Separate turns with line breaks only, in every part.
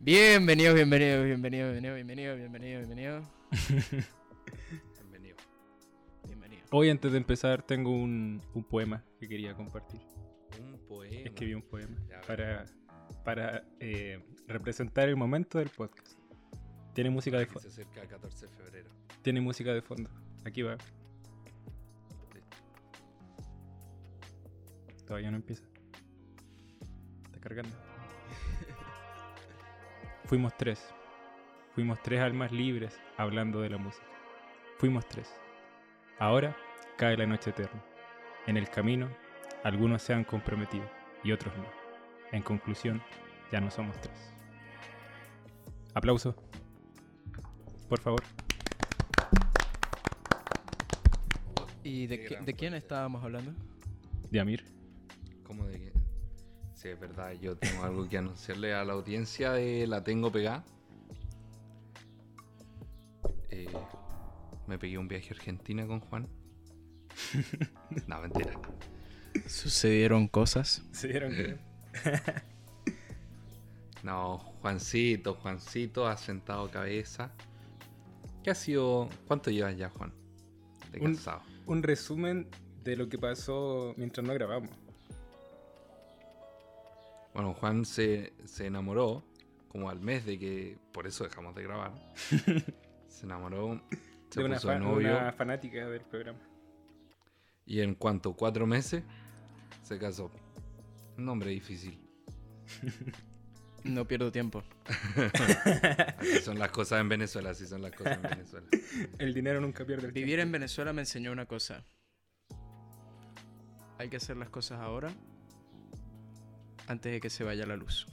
Bienvenidos, bienvenidos, bienvenidos, bienvenidos, bienvenidos, bienvenidos, bienvenidos. bienvenido. Bienvenido.
Hoy antes de empezar tengo un, un poema que quería compartir.
Un poema.
Escribí un poema para, para eh, representar el momento del podcast. Tiene música de
que
fondo.
se acerca el 14 de febrero.
Tiene música de fondo. Aquí va. Todavía no empieza. Está cargando. Fuimos tres. Fuimos tres almas libres hablando de la música. Fuimos tres. Ahora cae la noche eterna. En el camino, algunos se han comprometido y otros no. En conclusión, ya no somos tres. Aplauso. Por favor.
¿Y de,
Qué
qui-
gran
de quién
fuente.
estábamos hablando?
Yamir.
¿Cómo de que? Sí, es verdad, yo tengo algo que anunciarle a la audiencia de La Tengo Pegada. Eh, me pegué un viaje a Argentina con Juan. No, mentira.
Sucedieron cosas.
¿Se dieron
No, Juancito, Juancito ha sentado cabeza. ¿Qué ha sido? ¿Cuánto llevas ya, Juan? De
Un-
cansado.
Un resumen de lo que pasó mientras no grabamos.
Bueno, Juan se, se enamoró como al mes de que. Por eso dejamos de grabar. se enamoró, se
de una,
puso
fa-
de novio.
una fanática del programa.
Y en cuanto cuatro meses, se casó. Un hombre difícil.
No pierdo tiempo.
Así son las cosas en Venezuela, así son las cosas en Venezuela.
El dinero nunca pierde el
Vivir en Venezuela me enseñó una cosa. Hay que hacer las cosas ahora antes de que se vaya la luz.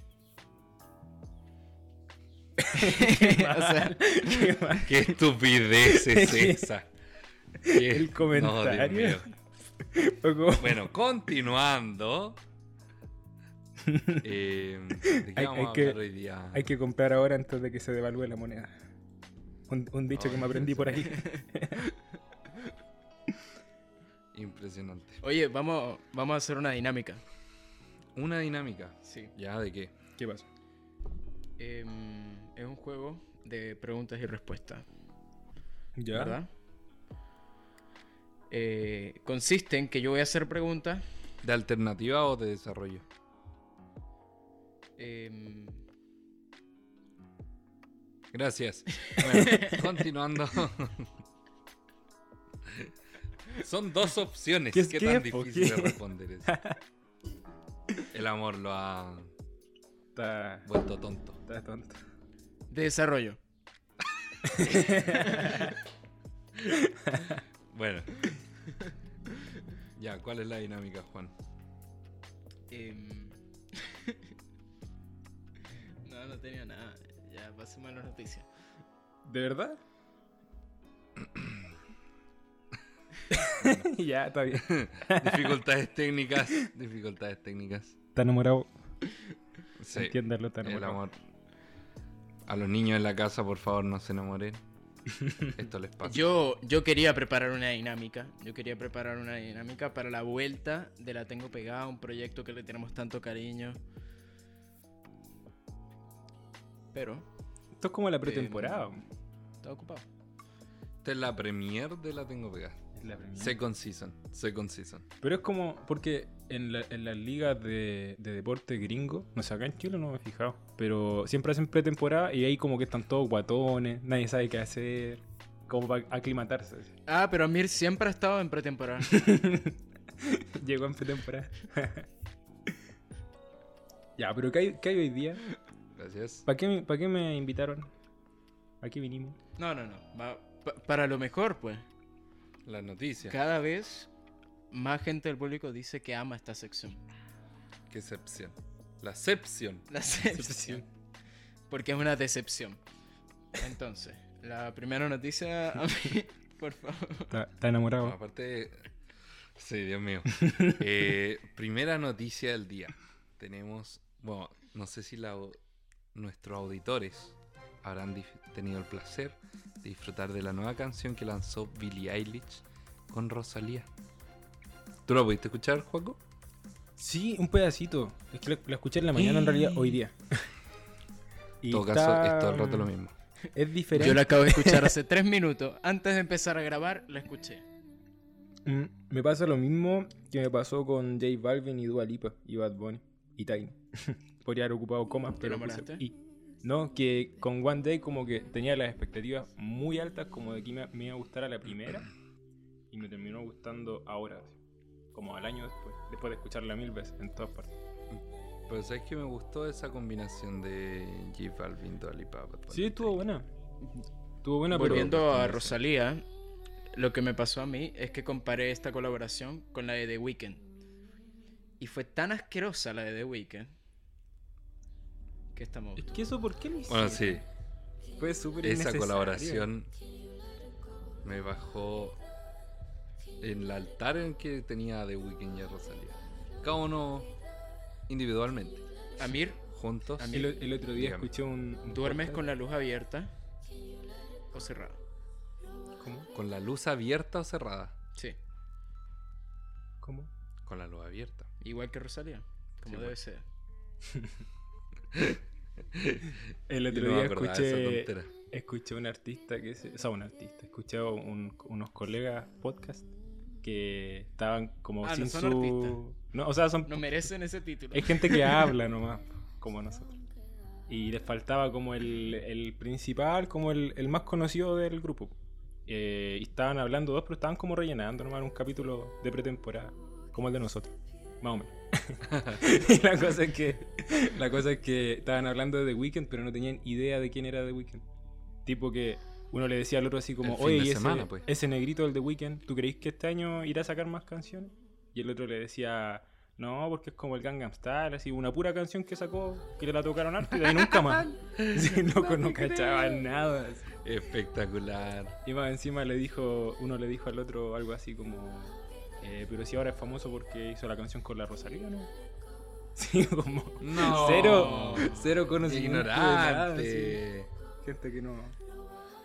o sea,
tiempo. Qué mal.
¡Qué estupidez es esa! Qué-
El
No,
comentario.
Dios mío.
Fue como-
Bueno, continuando. Eh, ¿de qué
Hay-
vamos
hay
a
que-
hablar hoy día?
Hay que comprar ahora antes de que se devalúe la moneda. Un, un dicho que me aprendí por ahí.
Impresionante.
oye, vamos, vamos a hacer una dinámica.
Una dinámica.
Sí.
¿Ya de qué?
¿Qué pasó?
Em, es un juego de preguntas y respuestas.
¿Ya?
¿verdad? Eh, consiste en que yo voy a hacer preguntas.
¿De alternativa o de desarrollo?
em,
Gracias. Bueno, continuando. Son dos opciones.
¿Qué
¿Qué,
es qué,
tan
po?
difícil es
¿Qué?
responder eso? El amor lo ha
Está,
vuelto tonto.
está tonto.
de desarrollo.
Bueno. Ya, ¿cuál es la dinámica, Juan?
Em, no, no tenía nada. Ya pasé malas noticias.
¿De verdad? ya, está bien.
Dificultades técnicas. Dificultades técnicas.
Está enamorado.
Sí,
Entiéndalo, está
el
enamorado.
amor. A los niños en la casa, por favor, no se enamoren. Esto les pasa.
Yo, yo quería preparar una dinámica. Yo quería preparar una dinámica para la vuelta de La Tengo Pegada, un proyecto que le tenemos tanto cariño. Pero
Esto es
Eh,
como la pretemporada.
está ocupado.
Esta es la premier de La Tengo Pegada. Second season. Second season.
Pero es como, porque en, la- en las ligas de, de deporte gringo, no sé, acá en Chile no me he fijado, pero siempre hacen pretemporada y ahí como que están todos guatones, nadie sabe qué hacer, como para aclimatarse. así.
Ah, pero Amir siempre ha estado en pretemporada.
Llegó en pretemporada. ya, pero ¿qué hay, qué hay hoy día?
Gracias.
¿Para qué, me- pa' qué me invitaron? ¿A qué vinimos?
No, no, no. Va- pa- para lo mejor, pues.
Las noticias.
Cada vez más gente del público dice que ama esta sección.
Qué excepción. La excepción.
La
pues,
sección. Porque es una decepción. Entonces, la primera noticia, a mí, por favor.
Está, está
pues.
enamorado.
Aparte. Sí, Dios mío. Eh, primera noticia del día. Tenemos. Bueno, no sé si la, au- nuestros auditores habrán dif- tenido el placer de disfrutar de la nueva canción que lanzó Billie Eilish con Rosalía. ¿Tú la pudiste escuchar, Juaco?
Sí, un pedacito. Es que la, la escuché en la mañana, en realidad, hoy día.
En
Y
todo
está-
caso, es todo el rato lo mismo.
Es diferente.
Yo la acabo de escuchar hace tres minutos. Antes de empezar a grabar, la escuché.
Mm, Me pasa lo mismo que me pasó con J Balvin y Dua Lipa y Bad Bunny y Tiny. Podría haber ocupado comas,
¿Te
pero
enamoraste?
puse y. No, que con One Day como que tenía las expectativas muy altas como de que me, me iba a gustar a la primera y me terminó gustando ahora, así, como al año después, después de escucharla mil veces en todas partes.
Pero sabes que me gustó esa combinación de J Balvin, Dua Lipa, Bad Bunny.
Sí, estuvo buena. Estuvo buena, pero...
Volviendo a
Pero-
Rosalía, lo que me pasó a mí es que comparé esta colaboración con la de The Weeknd. Y fue tan asquerosa la de The Weeknd. Que estamos.
Es que eso, ¿por qué lo hicieron?
Bueno, sí,
Fue súper
esa
innecesario.
colaboración me bajó en el altar en que tenía The Weeknd y a Rosalía. Cada uno individualmente,
Amir,
juntos.
A mí
El, el otro día
Dígame.
escuché un... un
¿duermes
podcast-
con la luz abierta o cerrada?
¿Cómo?
¿Con la luz abierta o cerrada?
Sí,
¿Cómo?
Con la luz abierta.
igual que Rosalía, como
Sí,
debe
bueno.
ser.
El
Yo
otro
no me
día
acordaba de esa
escuché,
tontera.
escuché un artista que se, o sea, un artista, escuché a un- unos colegas podcast que estaban como
Ah, no
sin
son
su
artistas.
no, o sea, son
No merecen ese título.
es gente que habla nomás, como nosotros. Y les faltaba como el, el principal, como el, el más conocido del grupo. Eh, y estaban hablando dos, pero estaban como rellenando nomás un capítulo de pretemporada, como el de nosotros, más o menos. y la cosa es que la cosa es que estaban hablando de The Weeknd, pero no tenían idea de quién era The Weeknd. Tipo que uno le decía al otro así como,
El fin
oye,
de
¿y ese,
semana, pues".
ese negrito del The Weeknd, ¿tú creís que este año irá a sacar más canciones? Y el otro le decía, no, porque es como el Gangnam Style, así, una pura canción que sacó, que le la tocaron harto y de ahí nunca más. Sí, loco, no cachaba nada. así.
Espectacular.
Y más encima le dijo, uno le dijo al otro algo así como, eh, pero si ahora es famoso porque hizo la canción con la Rosalía, ¿no? Sí, como,
No.
cero, cero conocimiento de nada, así.
Ignorante.
Gente que no...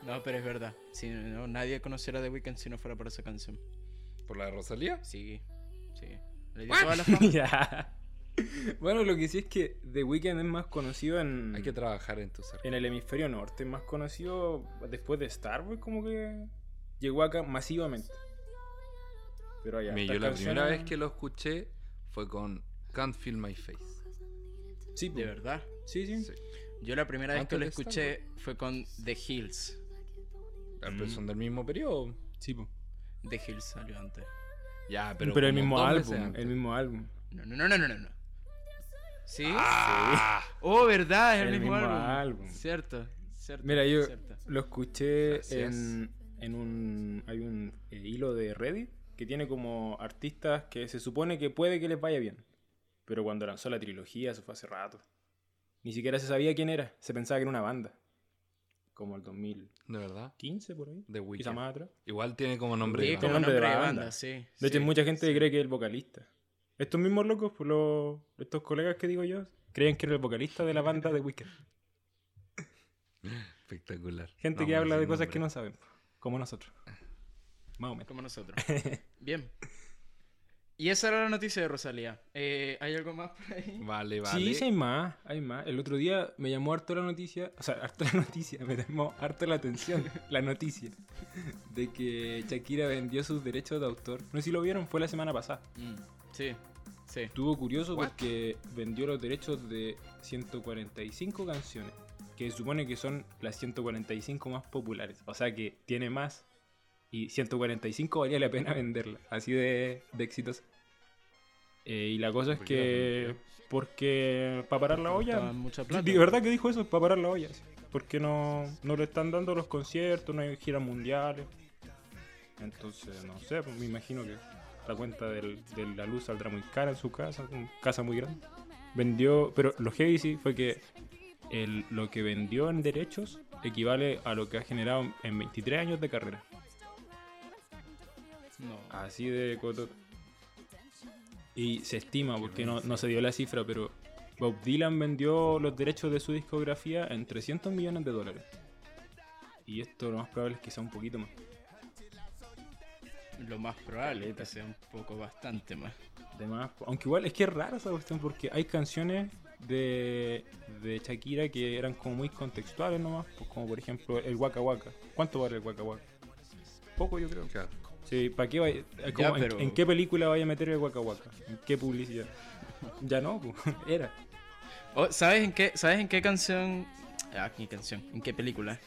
No, pero es verdad. Si no, nadie conociera The Weeknd si no fuera por esa canción.
¿Por la de Rosalía?
Sigue, sigue. Le dio toda la fama.
Ya. Bueno, lo que sí es que The Weeknd es más conocido en...
Hay que trabajar en tu ser.
en el hemisferio norte, más conocido después de Starboy, como que llegó acá masivamente. Pero allá.
Mira,
estas
yo la
canciones-
primera vez que lo escuché fue con Can't Feel My Face.
Sí,
De
po.
verdad.
Sí, sí.
Sí.
Yo la primera vez que
Antes
lo
de
escuché fue con The Hills.
Ah,
Mm.
Pero son del mismo periodo.
Sí, po.
The Hills salió antes.
Ya,
Pero,
pero.
el
como
mismo
dos meses
álbum.
antes.
El mismo álbum.
No, no, no, no, no, no. no. ¿Sí?
Ah,
Oh, verdad, es el,
El
mismo,
mismo
álbum.
álbum.
Cierto, cierto.
Mira, yo
cierto.
lo escuché
Así
en, en un. Hay un eh, hilo de Reddit que tiene como artistas que se supone que puede que les vaya bien. Pero cuando lanzó la trilogía, eso fue hace rato. Ni siquiera se sabía quién era. Se pensaba que era una banda. Como el 2015,
De verdad.
por ahí.
The
Quizá
Weeknd.
más atrás.
Igual tiene como nombre.
Sí,
de
como
banda.
nombre de banda,
banda,
sí.
De hecho,
sí.
hay mucha gente que cree que es el vocalista. Estos mismos locos, pues, los, estos colegas que digo yo, creían que era el vocalista de la banda de Weekend.
banda. Espectacular.
Gente
No,
que
me
habla de
dice
cosas
nombre.
que no saben, como nosotros. Más o menos.
Como nosotros. Bien. Y esa era la noticia de Rosalía. Eh, ¿Hay algo más por ahí?
Vale, vale.
Sí, sí, hay más, hay más. El otro día me llamó harto la noticia, o sea, harto la noticia, me llamó harto la atención, la noticia, de que Shakira vendió sus derechos de autor. No sé si lo vieron, fue la semana pasada.
Mm, sí, sí.
Estuvo curioso
What?
porque vendió los derechos de 145 canciones, que se supone que son las 145 más populares. O sea que tiene más y 145 valía la pena venderla, así de, de exitosa. Eh, y la cosa es
¿Por qué la
que, porque para parar la
Gustaba
olla,
mucha
Sí,
plata.
de verdad que dijo eso, para parar la olla, sí. porque no, no le están dando los conciertos, no hay giras mundiales. Entonces, no sé, pues me imagino que la cuenta del- de la luz saldrá muy cara en su casa, una casa muy grande. Vendió, pero lo heavy sí fue que el- lo que vendió en derechos equivale a lo que ha generado en 23 años de carrera.
No.
Así de coto. Y se estima, porque no, no se dio la cifra, pero Bob Dylan vendió los derechos de su discografía en 300 millones de dólares. Y esto lo más probable es que sea un poquito más.
Lo más probable es que sea un poco bastante más.
De más, po- aunque igual es que es rara esa cuestión porque hay canciones de, de Shakira que eran como muy contextuales nomás, pues como por ejemplo el Waka Waka. ¿Cuánto vale el Waka Waka? Poco yo creo.
Claro.
Sí, ¿para qué vaya- eh, como
Ya,
en-
pero-
en, qué película vaya a meter el Waka Waka? ¿En qué publicidad? Ya no, po, era.
Oh, ¿sabes, en qué, ¿Sabes en qué canción? Ah, qué canción. ¿En qué película?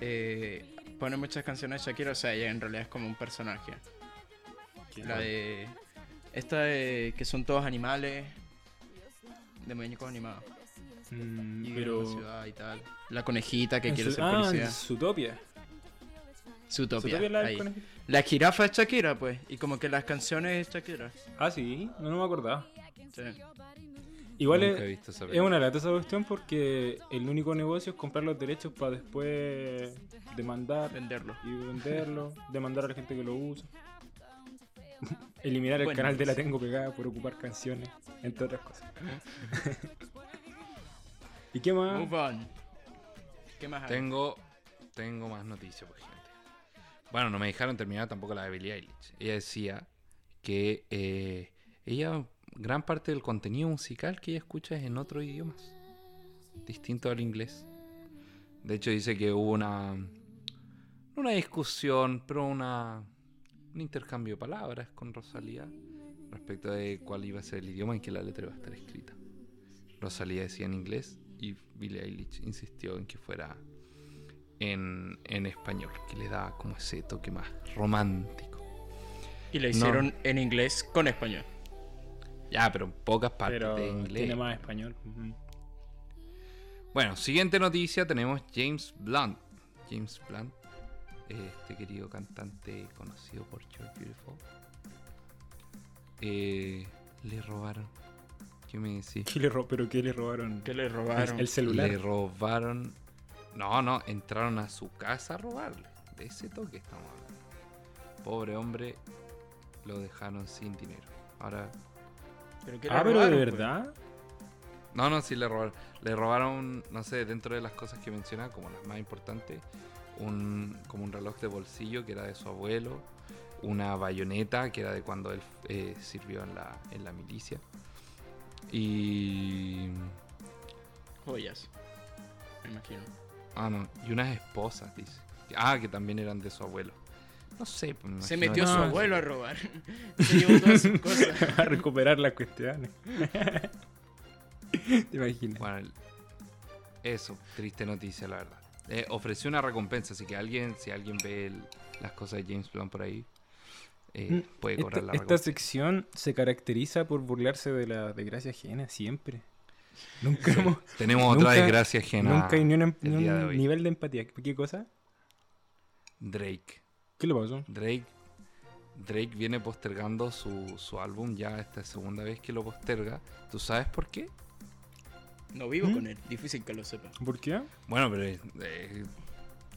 Eh, pone muchas canciones de Shakira, o sea, ella en realidad es como un personaje. La de. Esta de. que son todos animales. De muñecos animados.
Mm,
Y
pero...
pero... la ciudad y tal. La conejita que
en
quiere
su-
ser
ah,
policía.
en Zootopia.
Zootopia.
Zootopia la del
ahí.
conejito.
La jirafa es Shakira, pues. Y como que las canciones es Shakira.
Ah, sí, no, no me acordaba.
Sí.
Igual
Nunca
es-
he visto esa
Es
película.
una lata esa cuestión porque el único negocio es comprar los derechos para después demandar
Venderlo.
y venderlo, demandar a la gente que lo usa. Eliminar el
Buen
canal de La
negocio.
Tengo Pegada por ocupar canciones, entre otras cosas. ¿Y qué más?
Move on. ¿Qué más hay?
Tengo, tengo más noticias, pues, gente. Bueno, no me dejaron terminar tampoco la de Billie Eilish. Ella decía que eh, ella, gran parte del contenido musical que ella escucha es en otros idiomas, distinto al inglés. De hecho, dice que hubo una, no una discusión, pero una, un intercambio de palabras con Rosalía respecto de cuál iba a ser el idioma en que la letra iba a estar escrita. Rosalía decía en inglés y Billie Eilish insistió en que fuera en, en español, que le daba como ese toque más romántico.
Y la
No.
hicieron en inglés con español.
Ya, pero en pocas partes
Pero
de inglés.
tiene más español. ujú.
Bueno, siguiente noticia tenemos James Blunt. James Blunt, este querido cantante conocido por You're Beautiful. Eh, le robaron. ¿Qué me decís?
¿Qué le ro- ¿Pero qué le robaron?
Que le
El,
robaron.
el celular.
Le robaron. No, no, entraron a su casa a robarle. De ese toque estamos hablando. Pobre hombre, lo dejaron sin dinero. Ahora.
¿Pero qué le
ah, pero de
robaron, pues?
verdad.
No, no, sí le robaron. Le robaron, no sé, dentro de las cosas que menciona, como las más importantes, un, como un reloj de bolsillo que era de su abuelo, una bayoneta que era de cuando él eh, sirvió en la, en la milicia. Y.
Joyas. Me imagino.
Ah, no. Y unas esposas, dice. Ah, que también eran de su abuelo. No sé. pues, me
Se
imagino
metió
que-
su
no.
abuelo a robar. Se llevó todas sus cosas.
a recuperar las cuestiones. ¿Te imaginas?
Bueno, el- eso, triste noticia, la verdad. Eh, ofreció una recompensa, así que alguien, si alguien ve el- las cosas de James Blunt por ahí, eh,
Mm,
puede
Esta-
cobrar la
esta,
recompensa.
sección se caracteriza por burlarse de la desgracia ajena siempre. Nunca, hemos-
Tenemos
Nunca-
otra desgracia ajena.
nunca hay ni un, em-
el
ni un
día de hoy.
nivel de empatía. ¿Qué cosa?
Drake.
¿Qué le pasó?
Drake. Drake viene postergando su, su álbum ya esta es segunda vez que lo posterga. ¿Tú sabes por qué?
No vivo
¿Mm?
con él. Difícil que lo sepa.
¿Por qué?
Bueno, pero eh, eh,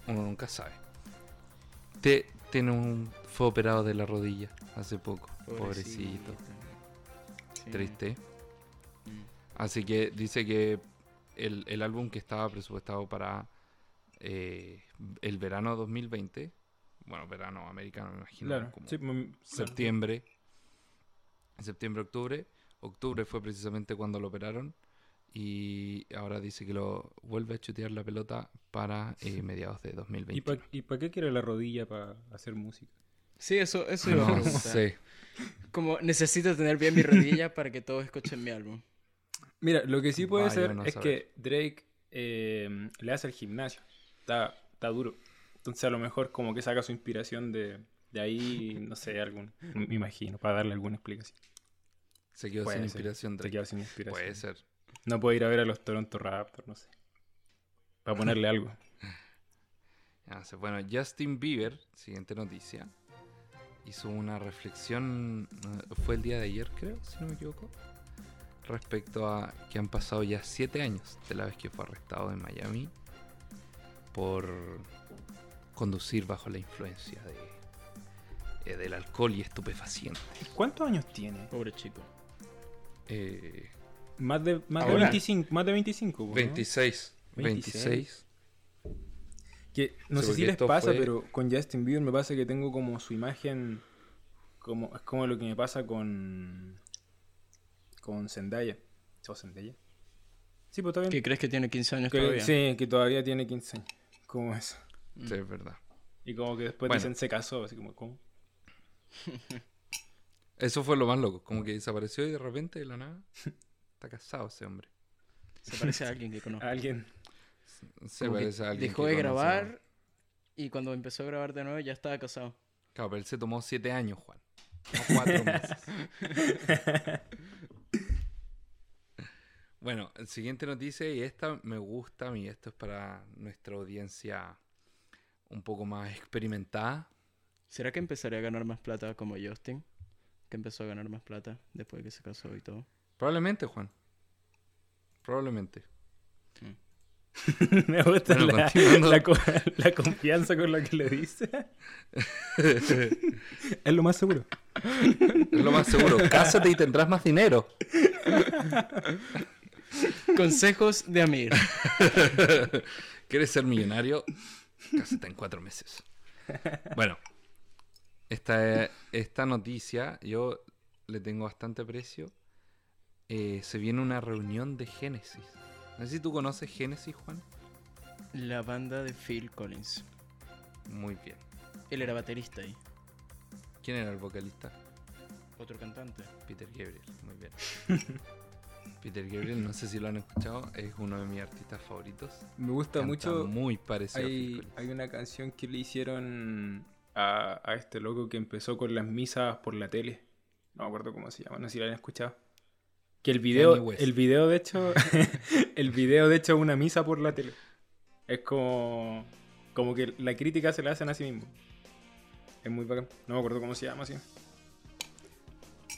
uno nunca sabe. Te, tiene un, fue operado de la rodilla hace poco, pobrecito,
Sí.
triste.
Mm.
Así que dice que el, el álbum que estaba presupuestado para eh, el verano 2020, bueno, verano americano, me imagino,
Claro.
como
sí, mm, claro.
septiembre, septiembre, octubre, octubre fue precisamente cuando lo operaron y ahora dice que lo vuelve a chutear la pelota para eh, mediados de 2020.
¿Y para qué quiere la rodilla para hacer música?
Sí, eso, eso iba a
No
preguntar.
sé.
Como necesito tener bien mi rodilla para que todos escuchen mi álbum.
Mira, lo que sí puede
Vaya
ser
uno a
es
saber.
que Drake eh, le hace al gimnasio. Está, está duro. Entonces a lo mejor como que saca su inspiración de, de ahí, no sé, algún, me imagino, para darle alguna explicación.
Se quedó
Puede
sin
ser. Te
inspiración, Drake. pues.
quedas sin inspiración.
Puede ser.
No puedo ir a ver a los Toronto Raptors, no sé. Para ponerle algo.
Ya sé. Bueno, Justin Bieber, siguiente noticia, hizo una reflexión, eh, fue el día de ayer creo, si no me equivoco, respecto a que han pasado ya siete años de la vez que fue arrestado en Miami por conducir bajo la influencia de, eh, del alcohol y estupefacientes.
¿Cuántos años tiene?
Pobre chico.
Eh,
Más de, más de
Ahora.
25. Más de 25 po, ¿no?
26,
26.
26.
Que no
Sí,
sé si
porque
les
esto
pasa,
fue-
pero con Justin Bieber me pasa que tengo como su imagen. Como, es como lo que me pasa con. Con Zendaya. ¿O Zendaya? Sí, pues está bien.
¿Qué crees que tiene 15 años
Que-
todavía?
sí, que todavía tiene 15 años. Como eso.
Sí, es verdad.
Y como que después
Bueno.
dicen se casó, así como, ¿cómo?
Eso fue lo más loco. Como que desapareció y de repente de la nada está casado ese hombre.
Se parece a alguien que conozco.
Alguien.
Ah, Se
Como que
parece a alguien
Dejó
que
de
conoce,
grabar
weón.
y cuando empezó a grabar de nuevo ya estaba casado.
Claro, pero él se tomó siete años, Juan. No cuatro meses. bueno, siguiente noticia y esta me gusta a mí. Esto es para nuestra audiencia un poco más experimentada.
¿Será que empezaré a ganar más plata como Justin? Que empezó a ganar más plata después de que se casó y todo.
Probablemente, Juan. Probablemente.
me gusta
Bueno,
la,
continuando.
la co- la confianza con la que le dice.
es
es lo más seguro.
lo más seguro. Cásate y tendrás más dinero.
Consejos de Amir.
¿Quieres ser millonario? Cásate en cuatro meses. Bueno, esta, esta noticia yo le tengo bastante aprecio. Eh, se viene una reunión de Génesis. No sé si tú conoces Génesis, Juan.
La banda de Phil Collins.
Muy bien.
Él era baterista ahí.
¿Quién era el vocalista?
Otro cantante.
Peter Gabriel. Muy bien. Peter Gabriel, no sé si lo han escuchado, es uno de mis artistas favoritos.
Me gusta
Canta
mucho.
Muy parecido a Phil
Hay,
Collins.
hay una canción que le hicieron a, a este loco que empezó con las misas por la tele. No me acuerdo cómo se llama, no sé si la han escuchado. Que el
Kanye
video,
West.
el video de hecho, el video de hecho es una misa por la tele. Es como, como que la crítica se la hacen a sí mismo. Es muy bacán. No me acuerdo cómo se llama, sí.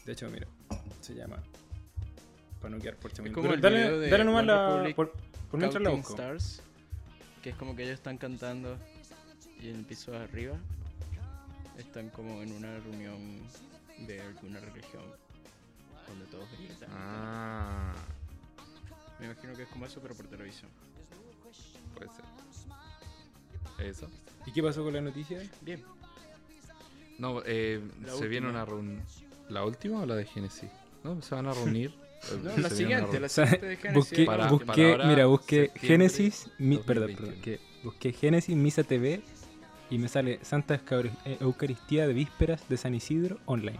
De hecho, mira, se llama. Para no quedar por chamo.
como
Pero
el
dale,
video de
dale nomás
One
la.
Republic
Por, por mientras la
Counting
busco.
Stars, que es como que ellos están cantando y en el piso de arriba están como en una reunión de alguna religión donde todos gritan.
Ah,
Me imagino que es como eso pero por televisión.
puede ser. Eso.
¿Y qué pasó con la noticia?
Bien,
No, eh,
La
se viene
última.
una reunión. ¿La última o la de Genesis? No, se van a reunir. eh,
no,
se
la
viene
siguiente,
una
la
reunión.
siguiente de Génesis.
Busqué,
es la
Para-
busqué-
última.
para ahora,
mira, busqué
septiembre
Génesis, mi- perdón,
2021.
perdón, que busqué Génesis Misa TV y me sale Santa Escauri- eh, Eucaristía de Vísperas de San Isidro online.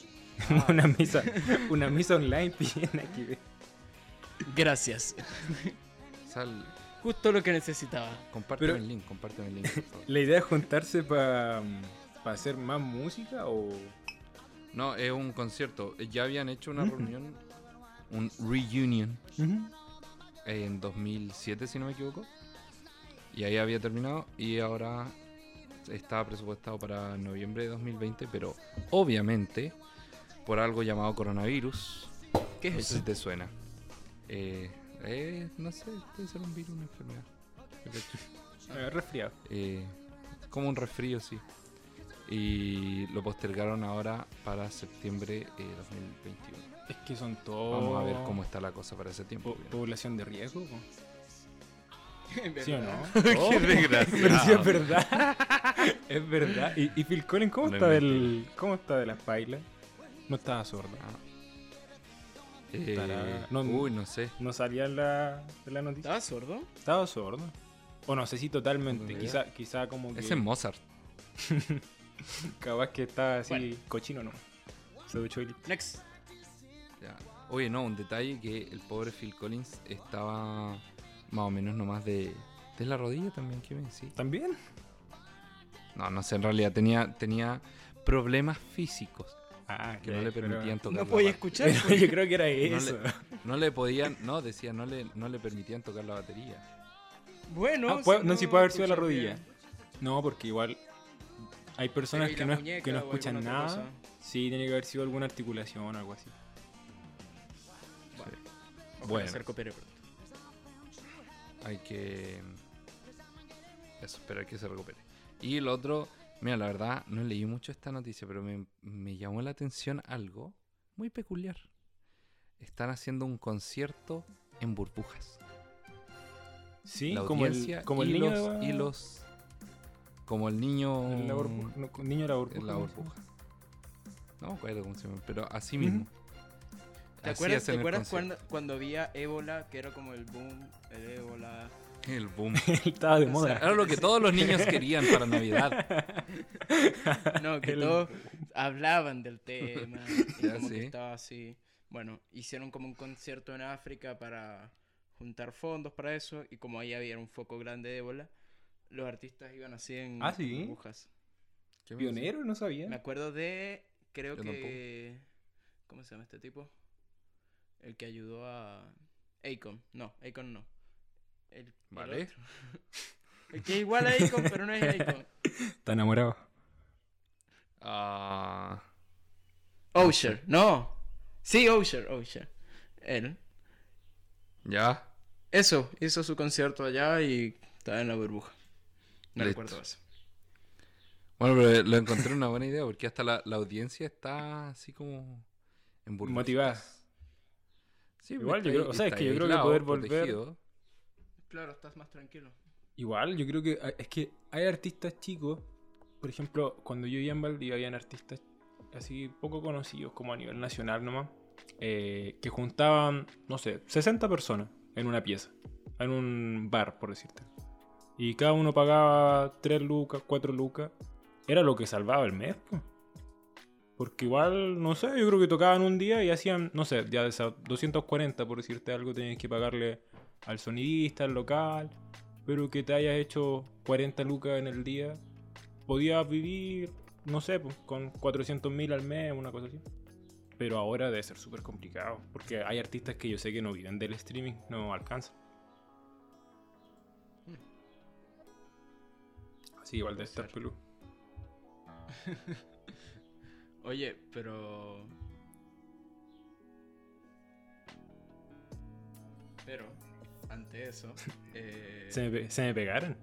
una misa, una misa online piden aquí. ve.
Gracias.
Sal,
Justo lo que necesitaba.
compárteme
Pero-
el link, compárteme el link. por favor.
La idea es juntarse para hacer más música o
no, es un concierto. Ya habían hecho una
Ujú.
reunión, un reunion, en 2007, si no me equivoco. Y ahí había terminado y ahora estaba presupuestado para noviembre de 2020, pero obviamente por algo llamado coronavirus,
¿Qué
No
es
sé si
eso?
te suena. Eh, eh, no sé, puede ser un virus, una enfermedad.
Eh, resfriado.
Eh, como un resfrío, sí. Y lo postergaron ahora para septiembre eh, 2021.
Es que son todos.
Vamos a ver
Oh.
cómo está la cosa para ese tiempo. obviamente.
población de riesgo. po. ¿Sí o
¿Verdad?
no?
¡Qué
Pero sí es
desgraciado!
verdad. es verdad. Y, y Phil Collins, ¿cómo
No
está
es
del. ¿Cómo está de las bailas? No estaba sordo.
Ah. Eh,
Estará- no-
uy, no sé.
No salía en la, en la noticia.
¿Estabas sordo?
Estaba sordo. O no sé si totalmente.
Buena
Quizá, quizá como que.
Ese es Mozart.
capaz que estaba así
Bueno.
cochino, ¿no? Se duchó y listo.
Next.
Ya. Oye, no, un detalle que el pobre Phil Collins estaba más o menos nomás de, de la rodilla también, ¿qué me decís?
¿También?
No, no sé, en realidad tenía, tenía problemas físicos
Ah,
que no le permitían tocar.
No
la
podía
ba-
escuchar.
Pero yo creo que era
le-
eso.
No le podían, no, decía, no le, no le permitían tocar la batería.
Bueno,
Ah, puede- no, si puede haber sido la
escuchas
rodilla.
bien.
No, porque igual hay personas
Pero, ¿y
que
la
no, es-
muñeca
que no
o
escuchan
alguna
nada.
otra
Sí, tiene que haber sido alguna articulación o algo así.
Ojalá
Bueno.
se recupere pronto.
Hay que. Eso, esperar que se recupere. Y el otro, mira, la verdad, no leí mucho esta noticia, pero me, me llamó la atención algo muy peculiar. Están haciendo un concierto en burbujas.
Sí,
la
como
audiencia
el, como el
y,
niño
los,
de-
y los- Como el niño...
en la burbuja. no, con- niño de la burbuja.
en la
¿no?
burbuja. No me acuerdo cómo se llama, pero así
Ujú.
mismo.
¿Te
Así
acuerdas,
hacen
¿te
el
acuerdas
concierto.
cuando, cuando había ébola, que era como el boom, el ébola?
El boom.
Estaba de
O
moda.
sea,
Era lo que todos los niños querían para Navidad.
No, que
El-
todos hablaban del tema. y
Ya,
como que
sí.
estaba así. Bueno, hicieron como un concierto en África para juntar fondos para eso. Y como ahí había un foco grande de ébola, los artistas iban así en
Ah, ¿sí?
burbujas.
¿Qué me decís?
Pionero, no sabía.
Me acuerdo de. Creo
Yo tampoco.
que. ¿Cómo se llama este tipo? El que ayudó a. Akon. No, Akon no. El, el
Vale.
otro. El que es igual a Akon, pero no es Akon.
Está enamorado.
Ah,
Osher, no. Sí, Osher, Osher. Él.
ya.
Eso, hizo su concierto allá y estaba en la burbuja. Me
Listo.
recuerdo eso.
Bueno, pero lo encontré una buena idea porque hasta la, la audiencia está así como en burbujitas.
Motivada.
Sí, pues,
Igual
está
yo creo-
ahí-
o sea, es
está
que
ahí
yo creo que
aislado,
poder volver-
protegido.
Claro, estás más tranquilo.
Igual, yo creo que ah, es que hay artistas chicos. Por ejemplo, cuando yo vivía en Valdivia, habían artistas así poco conocidos, como a nivel nacional nomás, eh, que juntaban, no sé, 60 personas en una pieza, en un bar, por decirte. Y cada uno pagaba 3 lucas, 4 lucas. Era lo que salvaba el mes, po. Porque igual, no sé, yo creo que tocaban un día y hacían, no sé, ya de esas 240, por decirte algo, tenías que pagarle al sonidista, al local pero que te hayas hecho 40 lucas en el día, podías vivir, no sé, pues, con 400 mil al mes, una cosa así. Pero ahora debe ser súper complicado, porque hay artistas que yo sé que no viven del streaming, no alcanza. Así igual de estar
Puede
pelú.
Oye, pero. Pero, ante eso. eh,
Se me, pe- se me pegaron.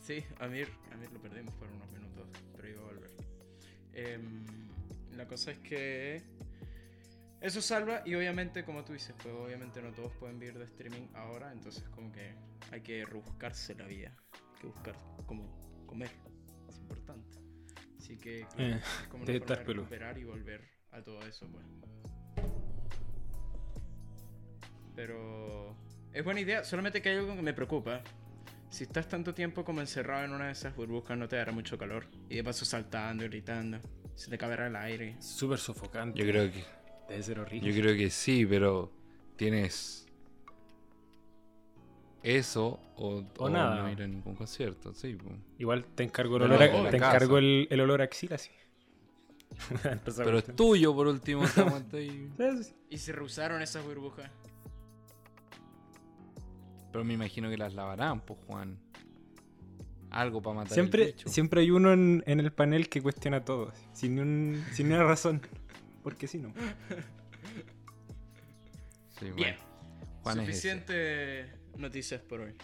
Sí, Amir, Amir lo perdimos por unos minutos, pero iba a volver. Em, la cosa es que eso salva y obviamente, como tú dices, pues obviamente no todos pueden vivir de streaming ahora, entonces como que hay que rebuscarse la vida, hay que buscar cómo comer, es importante. Así que claro,
Eh,
es como una
te
forma
estás
de
peludo.
recuperar y volver a todo eso, pues. Pero es buena idea, solamente que hay algo que me preocupa. Si estás tanto tiempo como encerrado en una de esas burbujas, no te dará mucho calor. Y de paso saltando, gritando, se te caberá el aire.
Súper sofocante.
Yo creo que
Debe ser horrible.
Yo creo que sí, pero tienes eso o, o
nada.
no ir a ningún concierto, sí. po.
Igual te encargo el
Pero
olor
no,
a,
la
te
casa.
encargo el, el olor a axila, sí. Empezamos.
Pero es tuyo por último, te aguanto y-
Sí, sí, sí.
Y se rehusaron esas burbujas.
Pero me imagino que las lavarán, pues Juan. Algo para matar el
Siempre,
bicho.
siempre hay uno en, en el panel que cuestiona todo, así, sin, ni un, sin ni una razón. Porque si no.
Sí, bueno.
Bien,
Juan es ese.
suficiente noticias por hoy.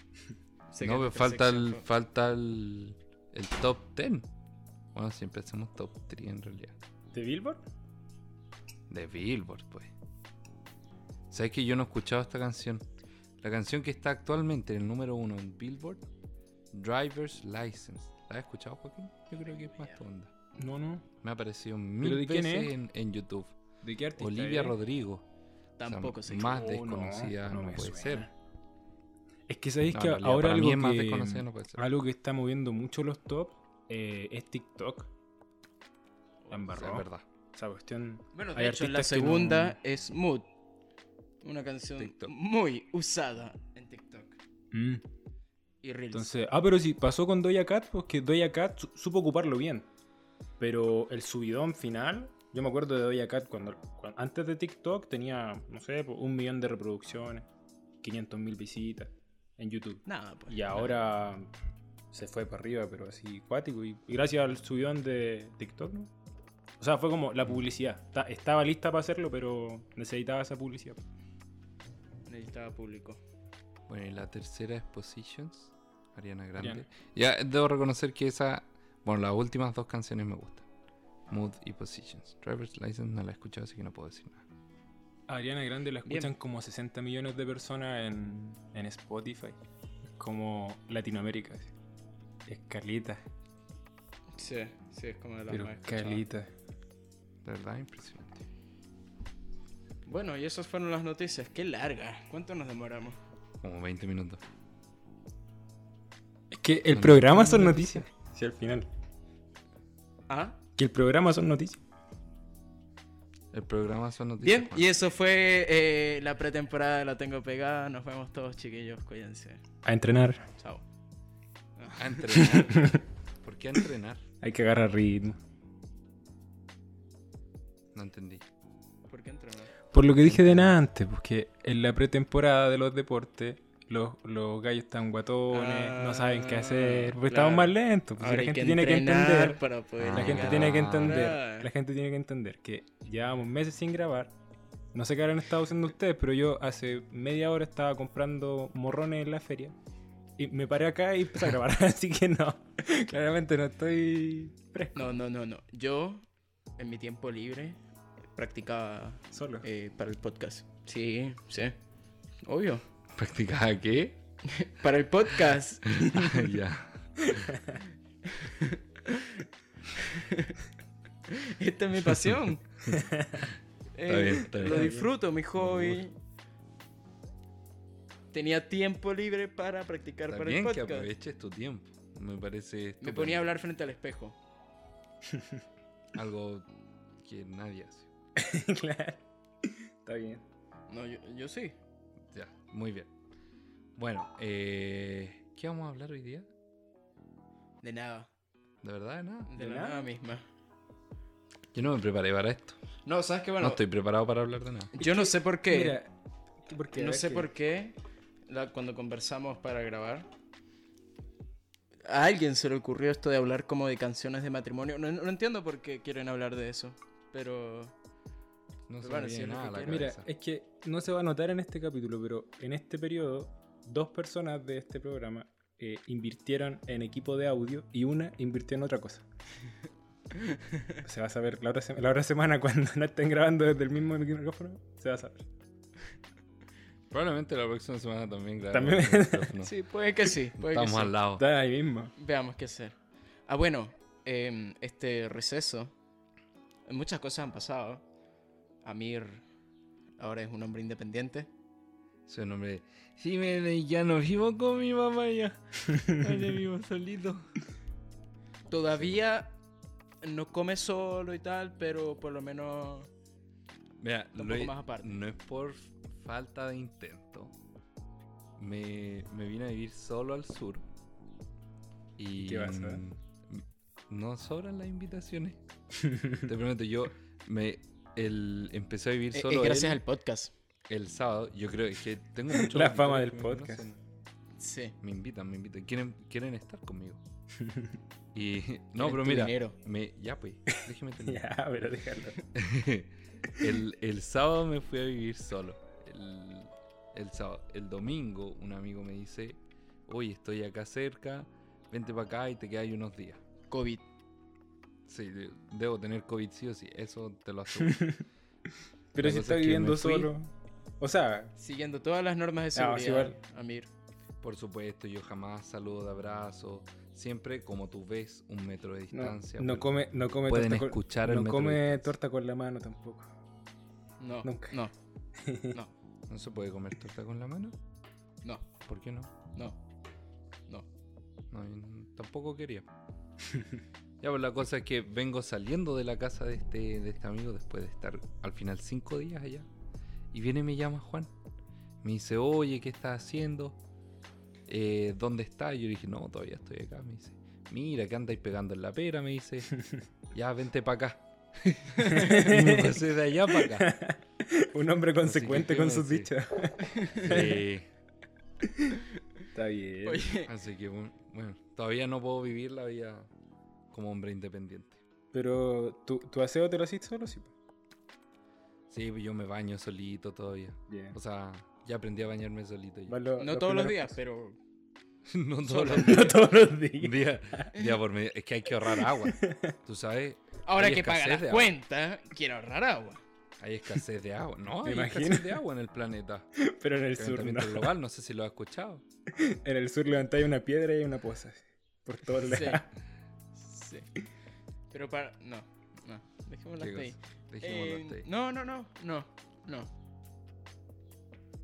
Sé que
No, pero
nuestra
falta el,
sección fue-
falta el, el top 10. Bueno, siempre hacemos top 3 en realidad.
¿De Billboard?
De Billboard, pues. ¿Sabes que yo no he escuchado esta canción? La canción que está actualmente en el número uno en Billboard, Driver's License. ¿La has escuchado, Joaquín? Yo creo que es más tu onda.
No, no.
Me ha aparecido mil
de quién
veces
es?
en, en YouTube.
¿De qué artista?
Olivia
es?
Rodrigo. O sea,
Tampoco sé.
Más
Oh, no,
desconocida no,
no me
puede
suena.
ser.
Es que sabéis
No, en
que
realidad,
ahora
para
algo
mí es más
que,
desconocida, no puede ser.
algo que está moviendo mucho los top eh, es TikTok. La
O sea,
embarró.
es verdad.
Esa cuestión.
Bueno,
Hay
de hecho, la
artistas que no-
segunda es Mood. Una canción
TikTok.
muy usada en TikTok.
Mm.
Y Reels.
Entonces, ah, pero sí, pasó con Doja Cat, porque Doja Cat su- supo ocuparlo bien. Pero el subidón final, yo me acuerdo de Doja Cat cuando, cuan- antes de TikTok tenía, no sé, po, un millón de reproducciones, 500 mil visitas en YouTube.
Nada, pues.
Y ahora se fue para arriba, pero así cuático. Y, y gracias al subidón de TikTok, ¿no? O sea, fue como la publicidad. Ta- Estaba lista para hacerlo, pero necesitaba esa publicidad. pues.
Necesitaba público.
Bueno, y la tercera es Positions, Ariana Grande.
Ariana.
Ya debo reconocer que esa, bueno, las últimas dos canciones me gustan. Mood y Positions. Driver's License no la he escuchado, así que no puedo decir nada.
Ariana Grande la
Bien.
escuchan como 60 millones de personas en, en Spotify. Es como Latinoamérica. así. Es Carlita,
Sí, sí, es como de las
pero
más escuchadas.
Carlita.
De verdad, impresionante.
Bueno, y esas fueron las noticias. Qué larga. ¿Cuánto nos demoramos?
Como 20 minutos.
Es que el
No,
programa
no,
son
no,
noticias. Sí, al final.
Ajá.
Que el programa son noticias.
El programa son noticias.
Bien,
Juan.
y eso fue eh, la pretemporada de La Tengo Pegada. Nos vemos todos, chiquillos. Cuídense.
A entrenar.
Chao.
A entrenar. ¿Por qué a entrenar?
Hay que agarrar ritmo.
No entendí.
¿Por qué entrenar?
Por lo que dije de antes, porque en la pretemporada de los deportes, los, los gallos están guatones, no saben qué
Ah,
hacer, porque
claro.
estamos más lentos. pues,
Ahora
la
hay
gente tiene que
entrenar
entender.
Para poder
La gente
llegar.
tiene que
Ah.
entender. La gente tiene que entender que llevamos meses sin grabar. No sé qué habrán estado haciendo ustedes, pero yo hace media hora estaba comprando morrones en la feria. Y me paré acá y empecé a grabar. Así que no. Claramente no estoy fresco.
No, no, no, no. Yo, en mi tiempo libre, practicaba
Solo.
eh, para el podcast. Sí, sí. Obvio.
¿Practicaba qué?
Para el podcast.
Ah, ya.
Esta es mi pasión. Eh,
bien, está bien.
Lo disfruto, mi hobby. Tenía tiempo libre para practicar
Está
para
bien
el
que
podcast.
aproveches tu tiempo. Me parece.
Me
estupendo.
ponía a hablar frente al espejo.
Algo que nadie hace.
claro. Está bien.
No, yo, yo sí.
Ya, muy bien. Bueno, eh, ¿qué vamos a hablar hoy día?
De nada.
¿De verdad? Nada.
De,
¿De
la
nada?
nada misma.
Yo no me preparé para esto.
No, sabes que bueno.
no estoy preparado para hablar de nada.
Yo no sé por qué.
Mira, ¿qué- ¿por qué? A
no
ver
sé
qué-
por qué, la- cuando conversamos para grabar, a alguien se le ocurrió esto de hablar como de canciones de matrimonio. No, no entiendo por qué quieren hablar de eso, pero
No
Pero
se
bueno,
me
si
viene
es lo que
nada a la
quieres.
Mira,
cabeza.
es que no se va a notar en este capítulo, pero en este periodo, dos personas de este programa eh, invirtieron en equipo de audio y una invirtió en otra cosa. se va a saber la otra, sema- la otra semana cuando no estén grabando desde el mismo micrófono, se va a saber.
Probablemente la próxima semana también grabé.
También-
sí, puede que sí. Puede que
Estamos
sí.
al lado.
Está ahí mismo.
Veamos qué hacer. Ah, bueno, em, este receso, muchas cosas han pasado. Amir ahora es un hombre independiente.
Su nombre. Sí, me ya no vivo con mi mamá ya. Ahora vivo solito.
Todavía no come solo y tal, pero por lo menos...
Mira,
Tampoco
no es-
más aparte.
no es por falta de intento. Me, me vine a vivir solo al sur. Y
¿Qué pasa?
mm, No sobran las invitaciones. Te prometo, yo me el, empecé a vivir
eh, Es, es
solo
gracias
él
al podcast.
el sábado. Yo creo es que tengo muchos
La fama del
auditores que me
podcast.
conocen.
Sí.
Me invitan, me invitan. Quieren, quieren estar conmigo. Y no,
Tienes
pero
tu
mira,
dinero.
me, ya pues, déjeme terminar.
ya, pero déjalo.
el, el sábado me fui a vivir solo. El, el sábado. El domingo un amigo me dice, oye, estoy acá cerca, vente para acá y te quedas ahí unos días.
COVID.
Sí, de- debo tener COVID sí o sí, eso te lo aseguro.
Pero
La
si
cosa
está
es que
viviendo
me fui.
solo. O sea,
Siguiendo todas las normas de
Ah,
seguridad,
sí,
Amir.
Por supuesto, yo jamás saludo de abrazo, siempre como tú ves, un metro de
no,
distancia. pues,
no
pero
come, no come
pueden
torta con,
escuchar el
no
metro
come
de distancia.
torta con la mano tampoco.
No,
Nunca.
no, no,
¿No se puede comer torta con la mano?
no,
¿Por qué no?
no, no.
No, yo n- tampoco quería. ya, pues la cosa es que vengo saliendo de la casa de este, de este amigo después de estar al final cinco días allá. Y viene y me llama Juan. Me dice, oye, ¿qué estás haciendo? Eh, ¿Dónde estás? Yo le dije, no, todavía estoy acá. Me dice, mira, que andáis pegando en la pera. Me dice, ya, vente para acá. Y me pasé de allá para acá.
Un hombre
Así que,
consecuente
¿qué
con
me
sus
decís?
dichas.
Sí.
Está bien.
Oye,
Así que, bu- bueno, todavía no puedo vivir la vida como hombre independiente.
Pero tu, tu aseo te lo haces solo, sí. pues.
Sí, pues yo me baño solito todavía.
Bien.
O sea, ya aprendí a bañarme solito. yo.
no todos los días, pero
no todos
solo.
los
No todos los días.
días. día por medio. Es que hay que ahorrar agua. Tú sabes,
Ahora
Hay
que paga
escasez
las
de agua.
cuentas, quiero ahorrar agua.
Hay escasez de agua. No,
¿Te
hay
imaginas?
escasez de agua en el planeta.
Pero en el sur, no.
Calentamiento global, no sé si lo has escuchado.
En el sur levantáis una piedra y hay una poza. así, Por todos lados.
Sí. Sí. Pero para. No, no. Dejémoslo
Qué
hasta ahí.
cosa. Dejémoslo
Eh,
hasta ahí.
No, no, no, no, no.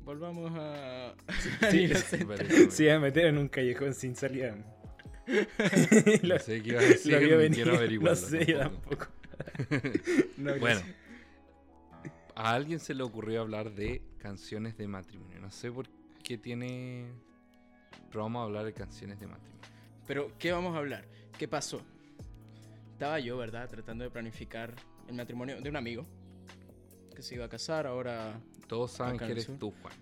Volvamos a.
sí.
Al
Sí,
inocente.
parece, güey.
Se iba a meter en un callejón sin salida. lo,
No sé qué ibas a decir,
lo vio
ni
venir.
quiero
No
averiguarlo
sé, yo
tampoco.
tampoco. No, yo
Bueno,
sé.
a alguien se le ocurrió hablar de canciones de matrimonio. No sé por qué tiene programa hablar de canciones de matrimonio.
Pero, ¿qué vamos a hablar? ¿Qué pasó? Estaba yo, ¿verdad? Tratando de planificar el matrimonio de un amigo que se iba a casar ahora.
Todos saben
Acá
que
en el
eres
sur.
tú, Juan.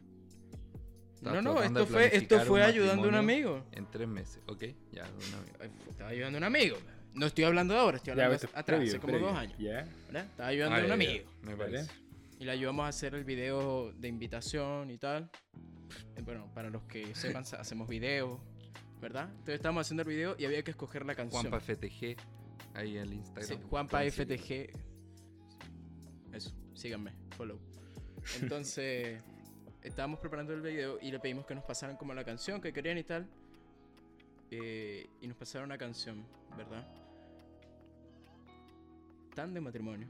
Estás
No, no,
tratando de
esto fue, esto
planificar
fue
un
ayudando a un
matrimonio
amigo.
En tres meses, ¿ok? Ya, de un amigo.
Ay, fu- Estaba ayudando a un amigo. No estoy hablando de ahora, estoy
Ya,
hablando
esto es
atrás,
previo,
hace como
previo.
dos años.
Ya.
¿verdad? Estaba ayudando a un
este, Ah, ya, ya,
amigo.
me
Vale.
parece.
Y le ayudamos a hacer el video de invitación y tal. Eh, Bueno, para los que sepan, sa- hacemos videos, ¿verdad? Entonces estábamos haciendo el video y había que escoger la canción.
Juanpa FTG, ahí en el Instagram.
Sí, Juanpa
Pueden seguirlo.
FTG. Eso, síganme, follow. Entonces, estábamos preparando el video y le pedimos que nos pasaran como la canción que querían y tal. Eh, y nos pasaron una canción, ¿verdad? Tan de matrimonio.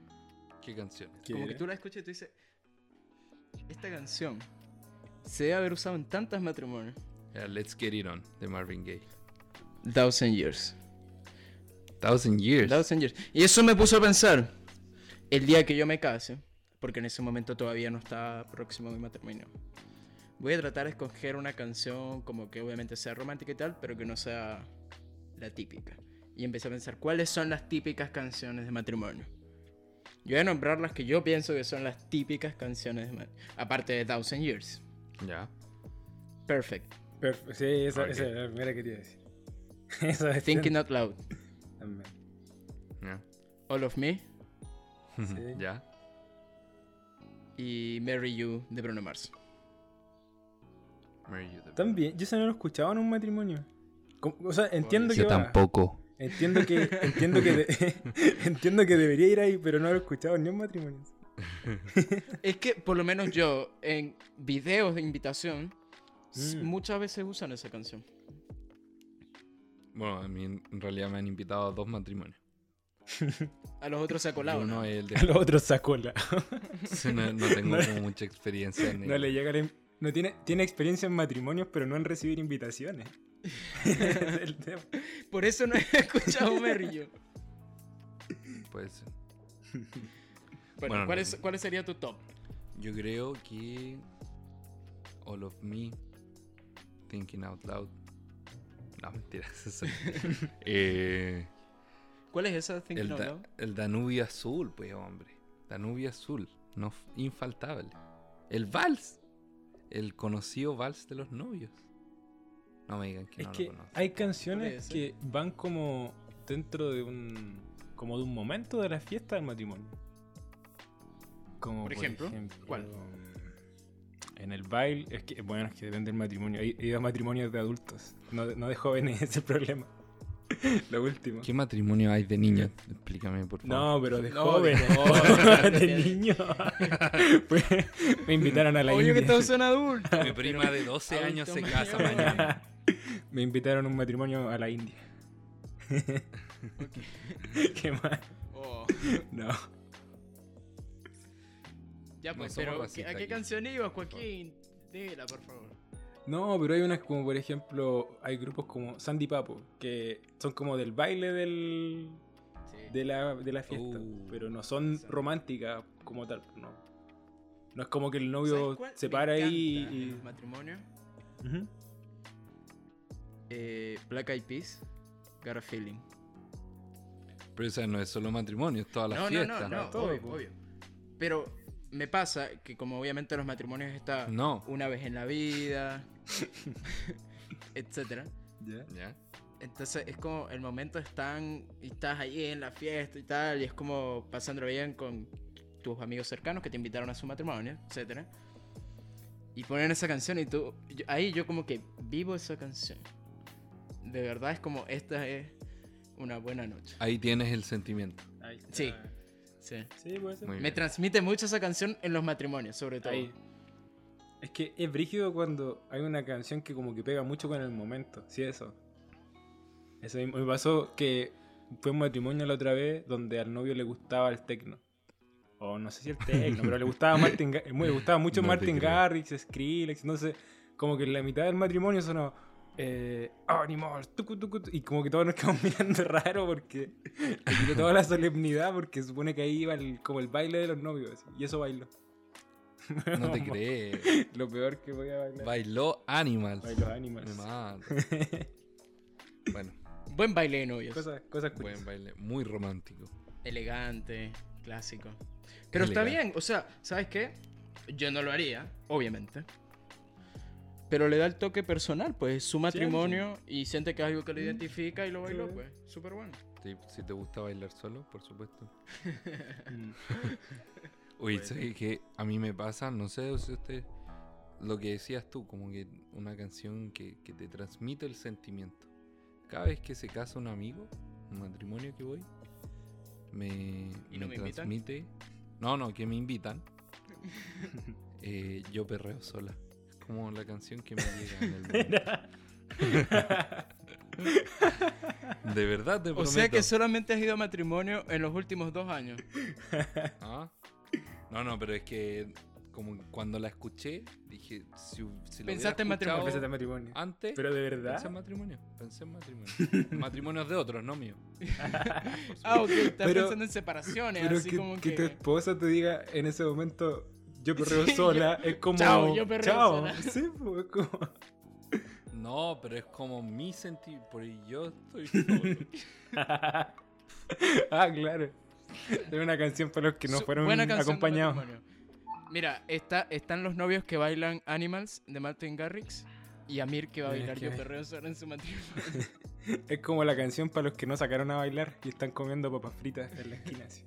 ¿Qué canciones?
¿Qué
Como que
era?
tú la escuchas y tú dices, esta canción se debe haber usado en tantos matrimonios.
Era Let's Get It On, de Marvin Gaye.
Thousand Years.
Thousand Years.
Thousand Years. Y eso me puso a pensar, el día que yo me case, porque en ese momento todavía no estaba próximo a mi matrimonio, voy a tratar de escoger una canción como que obviamente sea romántica y tal, pero que no sea la típica. Y empecé a pensar, ¿cuáles son las típicas canciones de matrimonio? Yo voy a nombrar las que yo pienso que son las típicas canciones de matrimonio. Aparte de Thousand Years.
Ya.
Perfect.
Perf- pues, sí, esa,
Ok.
esa era la primera que te iba a decir. Esa es
Thinking Out Loud.
también.
Ya.
All of Me
Sí.
Ya.
y Marry You de Bruno Mars.
Marry You, de-
También, yo se no lo escuchaba en un matrimonio. Como- O sea, entiendo que.
Yo
va-
tampoco.
Entiendo que. Entiendo que. de- entiendo que debería ir ahí, pero no lo he escuchado ni en matrimonio.
Es que por lo menos yo en videos de invitación s-
Mm.
muchas veces usan esa canción.
Bueno, a mí en en realidad me han invitado a dos matrimonios.
A los otros se ha colado.
Uno
¿no?
es el de
A los otros sacó la.
Sí, no, no tengo
No le-
como mucha experiencia en
No
el-
le llega la in- no tiene, tiene experiencia en matrimonios, pero no en recibir invitaciones. Ese es el tema.
Por eso no he escuchado Merry You.
pues,
Bueno,
Bueno,
¿cuál,
no.
es- cuál sería tu top?
yo creo que All of Me, Thinking Out Loud. No, mentiras. eso- Eh,
¿Cuál es esa? Thinking
el,
Out
Da-
Loud?
el Danubio Azul, pues hombre. Danubio Azul, no f- infaltable. El vals. El conocido vals de los novios. No me digan que
Es
no
que
lo conocen.
hay
Puede
canciones
ser.
que van como dentro de un como de un momento de la fiesta del matrimonio. Como
Por ejemplo, ¿cuál?
En el baile, es que bueno, es que depende del matrimonio. Hay, hay dos matrimonios de adultos, no de, no de jóvenes, ese es el problema. Lo último.
¿Qué matrimonio hay de niños? Explícame, por favor.
No, pero de
No,
joven,
de
no,
joven.
de niño. Fue- me invitaron a la
Obvio que
India.
todos son adultos.
Mi prima de 12 años se
Adulto
casa
mayor.
mañana.
Me invitaron a un matrimonio a la India. Qué mal.
Oh,
No.
ya
No
pues,
somos
pero
racistas
¿a qué
aquí.
canción ibas, Joaquín? Dela, por favor.
No, pero hay unas como, por ejemplo, hay grupos como Sandy Papo, que son como del baile del,
Sí.
de, la, de la fiesta,
Uh.
pero no son románticas como tal, no. No es como que
¿Sabes
el novio
cuál
se
me
para ahí
encanta en
y...
los matrimonios?
Ujú.
Eh, Black Eyed Peas, Got a Feeling.
Pero o sea, no es solo matrimonio, es toda la
no,
fiesta.
no, no, no,
Todo,
obvio,
pues.
po.
obvio. Pero me pasa que como obviamente los matrimonios está
No.
una vez en la vida, etcétera.
¿Ya?
Entonces es como el momento están y estás ahí en la fiesta y tal y es como pasándolo bien con tus amigos cercanos que te invitaron a su matrimonio, etcétera. Y ponen esa canción y tú yo- ahí yo como que vivo esa canción. De verdad es como esta es una buena noche.
Ah, Ahí tienes el sentimiento.
Ahí está.
Sí. Sí.
Sí, puede ser.
Muy
Me
bien.
transmite mucho esa canción en los matrimonios, sobre todo.
Ahí. Es que es brígido cuando hay una canción que como que pega mucho con el momento. Sí, eso. Eso mismo. Me pasó que fue un matrimonio la otra vez donde al novio le gustaba el tecno. O no sé si el tecno, pero le gustaba, Martin, Ga- mu- le gustaba mucho
No te
Martin
creo.
Garrix, Skrillex. Entonces, como que en la mitad del matrimonio sonó... Eh, Animals, tucu, tucu, tu- y como que todos nos quedamos mirando raro porque le quitó toda la solemnidad porque supone que ahí iba el- como el baile de los novios así, y eso bailó.
No te
Como-
crees.
lo peor que voy a bailar.
Bailó Animals.
Bailo
Me
animals.
mata. Bueno,
Buen baile de novios.
Cosas, cosas curiosas.
buen baile. Muy romántico.
Elegante, clásico. Pero está
Elegante.
bien, o sea, ¿sabes qué? Yo no lo haría, obviamente. Pero le da el toque personal, pues es su matrimonio y siente que es algo que lo identifica y lo bailó,
Sí.
pues. Súper bueno.
Si, si Mm. te gusta bailar solo, por supuesto.
Mm.
Oye,
Bueno.
¿sabes qué? A mí me pasa, no sé si usted. Lo que decías tú, como que una canción que, que te transmite el sentimiento. Cada vez que se casa un amigo, un matrimonio que voy, me,
¿Y no me invitan?
transmite. No, no, que me invitan. Eh, yo perreo sola. Es como la canción que me llega en el momento. De verdad, te
O
prometo.
sea que solamente has ido a matrimonio en los últimos dos años.
Ah. No, no, pero es que como cuando la escuché, dije, si, hu- si lo
Pensaste en
hubiera escuchado
Empecé este matrimonio.
Ah,
Antes,
Pero de
pensé en
verdad.
matrimonio. Pensé en matrimonio. Matrimonios de otros, no mío.
Ah, ok, estás
Pero-
pensando en separaciones,
Pero
así
que,
como
que
que.
tu esposa te diga en ese momento, yo perreo
Sí,
sola, es como.
Chao, yo perreo
"Chao".
sola.
Sí, pues, es como.
No, pero es como mi sentido. Porque yo estoy solo.
ah, claro. Es una canción para los que no
Su-
fueron
buena canción de
acompañados.
matrimonio. Mira, está, están los novios que bailan Animals de Martin Garrix y Amir que va a
Tienes
bailar
que
Yo
ver.
Perreo Sola en su matrimonio.
Es como la canción para los que no sacaron a bailar y están comiendo papas fritas en la esquina. así.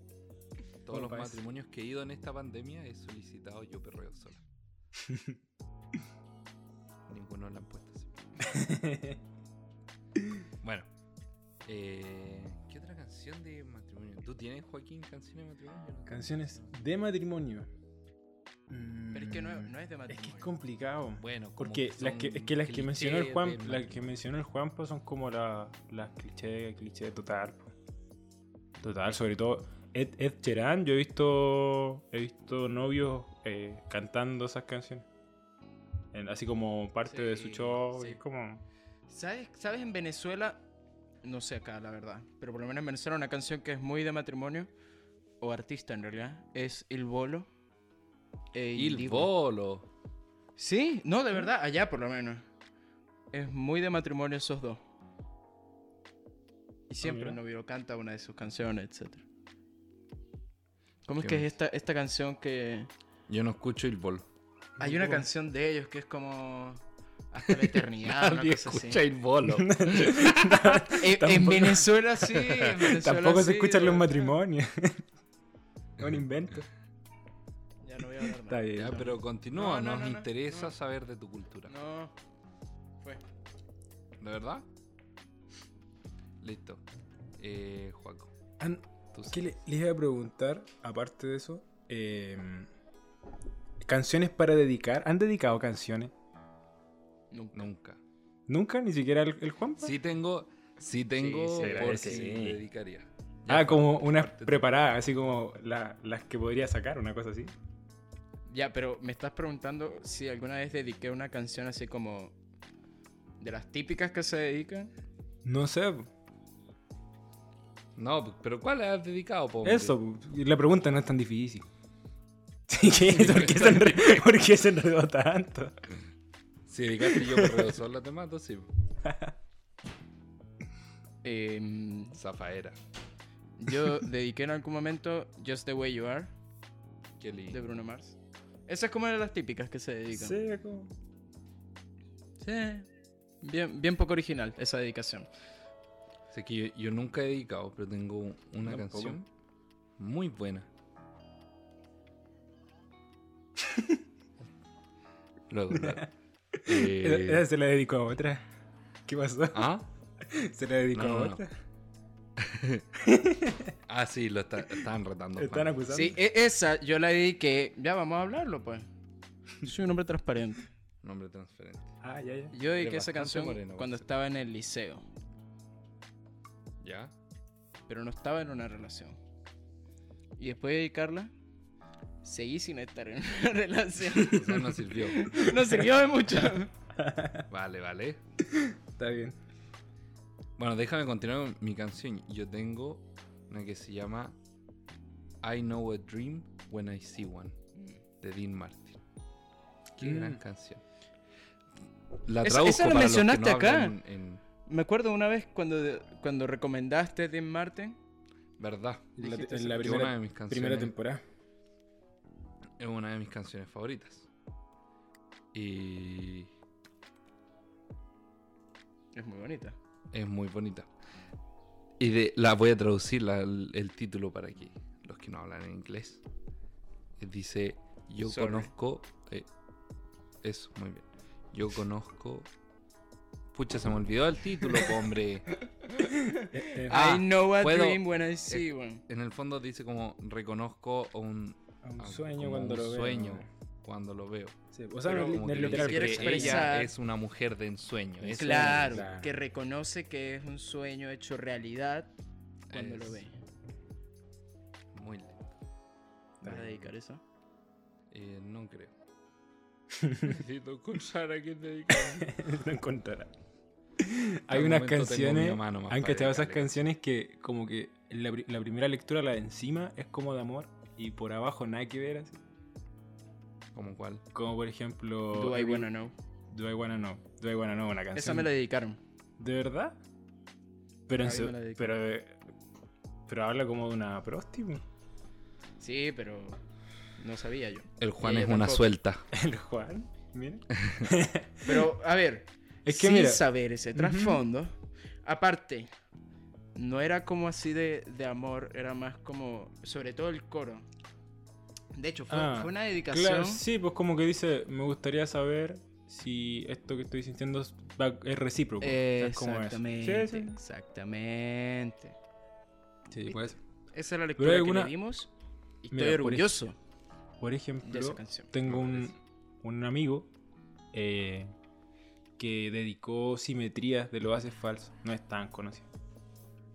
Todos los
Compa, es-
matrimonios que he ido en esta pandemia he solicitado yo perreo solo. Ninguno lo han puesto así. Bueno. eh, ¿Qué otra canción de matrimonio? ¿Tú tienes, Joaquín, canción de matrimonio? Yo no tengo.
Canciones de matrimonio.
Pero es que no, no es de
Es que
matrimonio.
es complicado.
Bueno, como
Porque las que, es que las que
son
mencionó el
clichés
Juan,
de
las que
matrimonio.
mencionó el Juanpa son como la- las clichés, cliché total. po. Total, sobre todo Ed, Ed Sheeran, yo he visto he visto novios eh, cantando esas canciones. En- así como parte de su
Sí,
show,
sí.
y es como
¿Sabes, ¿Sabes en Venezuela? No sé acá, la verdad. Pero por lo menos en Venezuela una canción que es muy de matrimonio, o artista en realidad, es Il Bolo. e
Y el
Divo.
bolo.
Sí, no, de verdad, allá por lo menos. Es muy de matrimonio esos dos. Y siempre
Ah, mira.
el novio canta una de sus canciones, etc. ¿Cómo es
Qué
que es
bonito.
esta, esta canción que...
Yo no escucho el bolo.
Hay una canción de ellos que es como... Hasta la eternidad, una
Nadie
cosa así. Eh,
escucha el bolo.
En, en
Tampoco-
Venezuela sí, en Venezuela
tampoco se
sí,
escuchan
de
los
verdad.
matrimonios. es un invento.
Ya no voy a hablar más.
Está bien.
Ya,
No.
pero continúa,
No, no,
nos
no, no,
interesa
no.
saber de tu cultura.
No. Fue.
¿De verdad? Listo. Eh, Juaco.
Han-
tú
¿Qué
sabes.
le- les iba a preguntar, aparte de eso? eh, canciones para dedicar. ¿Han dedicado canciones?
Nunca.
Nunca.
¿Nunca? ¿Ni siquiera el, Juan?
Sí tengo, sí tengo,
se
porque
agradece,
sí.
sí.
dedicaría. Ya,
ah,
Juaco,
como unas
parte tú.
preparadas, así como la- las que podría sacar, una cosa así.
Ya, pero me estás preguntando si alguna vez dediqué una canción así como de las típicas que se dedican.
No sé.
No, pues, pero ¿cuál has dedicado, po, hombre?
Eso, pu- y la pregunta no es tan difícil. Sí, ¿qué? ¿Por qué se enre- por qué se enredó tanto?
Si dedicaste yo por sola te mato, sí.
Em,
Zafaera.
yo dediqué en algún momento Just the Way You Are
Qué lindo.
de Bruno Mars. Esas es como de las típicas que se dedican.
Sí, como-
Sí. Bien, bien poco original esa dedicación.
Sé que yo, yo nunca he dedicado, pero tengo una
Tampoco.
canción muy buena. luego, luego.
Esa-
Eh,
esa se la dedicó a otra. ¿Qué pasó?
¿Ah?
¿Se la dedicó
No, no,
a
no.
otra?
Ah, sí, lo está- están retando.
Están
Juan.
acusando.
Sí, e- esa yo la di que ya vamos a hablarlo, pues. Yo soy un hombre transparente.
Nombre transparente.
Ah, ya, ya.
Yo dediqué
Eres
esa
bastante
canción
moreno,
cuando
Marcelo.
estaba en el liceo,
¿Ya?
pero no estaba en una relación. Y después de dedicarla, seguí sin estar en una relación.
O sea, no Pues sirvió.
No sirvió de mucho.
Vale, vale.
Está bien.
Bueno, déjame continuar con mi canción. Yo tengo una que se llama I Know a Dream When I See One, de Dean Martin. Qué
Mm.
gran canción. La
Esa-
traduzco
esa la
para los que no
mencionaste acá.
hablan en
Me acuerdo una vez cuando, cuando recomendaste Dean Martin.
verdad.
En la,
Dijiste
en la
que
primera,
una de mis
primera
canciones
temporada.
es una de mis canciones favoritas. Y
Es muy bonita.
es muy bonita. Y de, la voy a traducir la- el, el título para que los que no hablan en inglés. Eh, Dice, yo
Sorry.
conozco... eh, eso, muy bien. Yo conozco... Pucha, se me olvidó el título, po, hombre.
Eh, eh,
Ah,
I know a
puedo-
dream when I see one.
En el fondo dice como reconozco un,
a un
a-
sueño
ah, como
cuando
un
lo veo.
sueño cuando lo veo.
Sí, o sea,
Pero
no, es li- no
Como que
es
lo
literal.
quiere
dice,
pero-
expresar.
Ella es una mujer de ensueño. eso
Claro,
claro.
que reconoce que es un sueño hecho realidad cuando lo
Es-
ve.
es Muy lindo.
¿Vas a dedicar eso?
Eh, no creo. Necesito escuchar a quién dedicarme.
no encontrará.
el
Hay unas
momento tengo mi
canciones.
mamá nomás
¿Han
para
cachado esas
dedicarle
canciones que, como que la, pri- la primera lectura, la de encima, es como de amor y por abajo nada que ver? Así.
¿Cómo cuál?
Como por ejemplo.
Do I
Every-
wanna know?
Do I Wanna Know. Do I Wanna Know, una canción.
Esa me la dedicaron.
¿De verdad? Pero, en
Ahí
su-
me la dedico.
pero, eh, pero habla como de una prosti. po.
Sí, pero no sabía yo.
El Juan
Eh,
es una
tampoco.
suelta.
El Juan, mira.
Pero, a ver,
Es que
sin
mira,
saber ese
Ujú.
trasfondo, aparte, no era como así de, de amor, era más como, sobre todo el coro. De hecho, fue,
Ah,
fue una dedicación.
claro, sí, pues como que dice, me gustaría saber si esto que estoy sintiendo es va- es recíproco. O sea, es como eso.
Exactamente,
Sí, sí.
exactamente.
Sí, pues,
Esa es la
hay
lectura que
alguna-
le dimos. Y
Mira,
estoy
por
orgulloso
por
de esa
ejemplo,
canción.
tengo
Me
un,
parece.
un amigo eh, que dedicó simetrías de lo haces falso. No es tan conocido.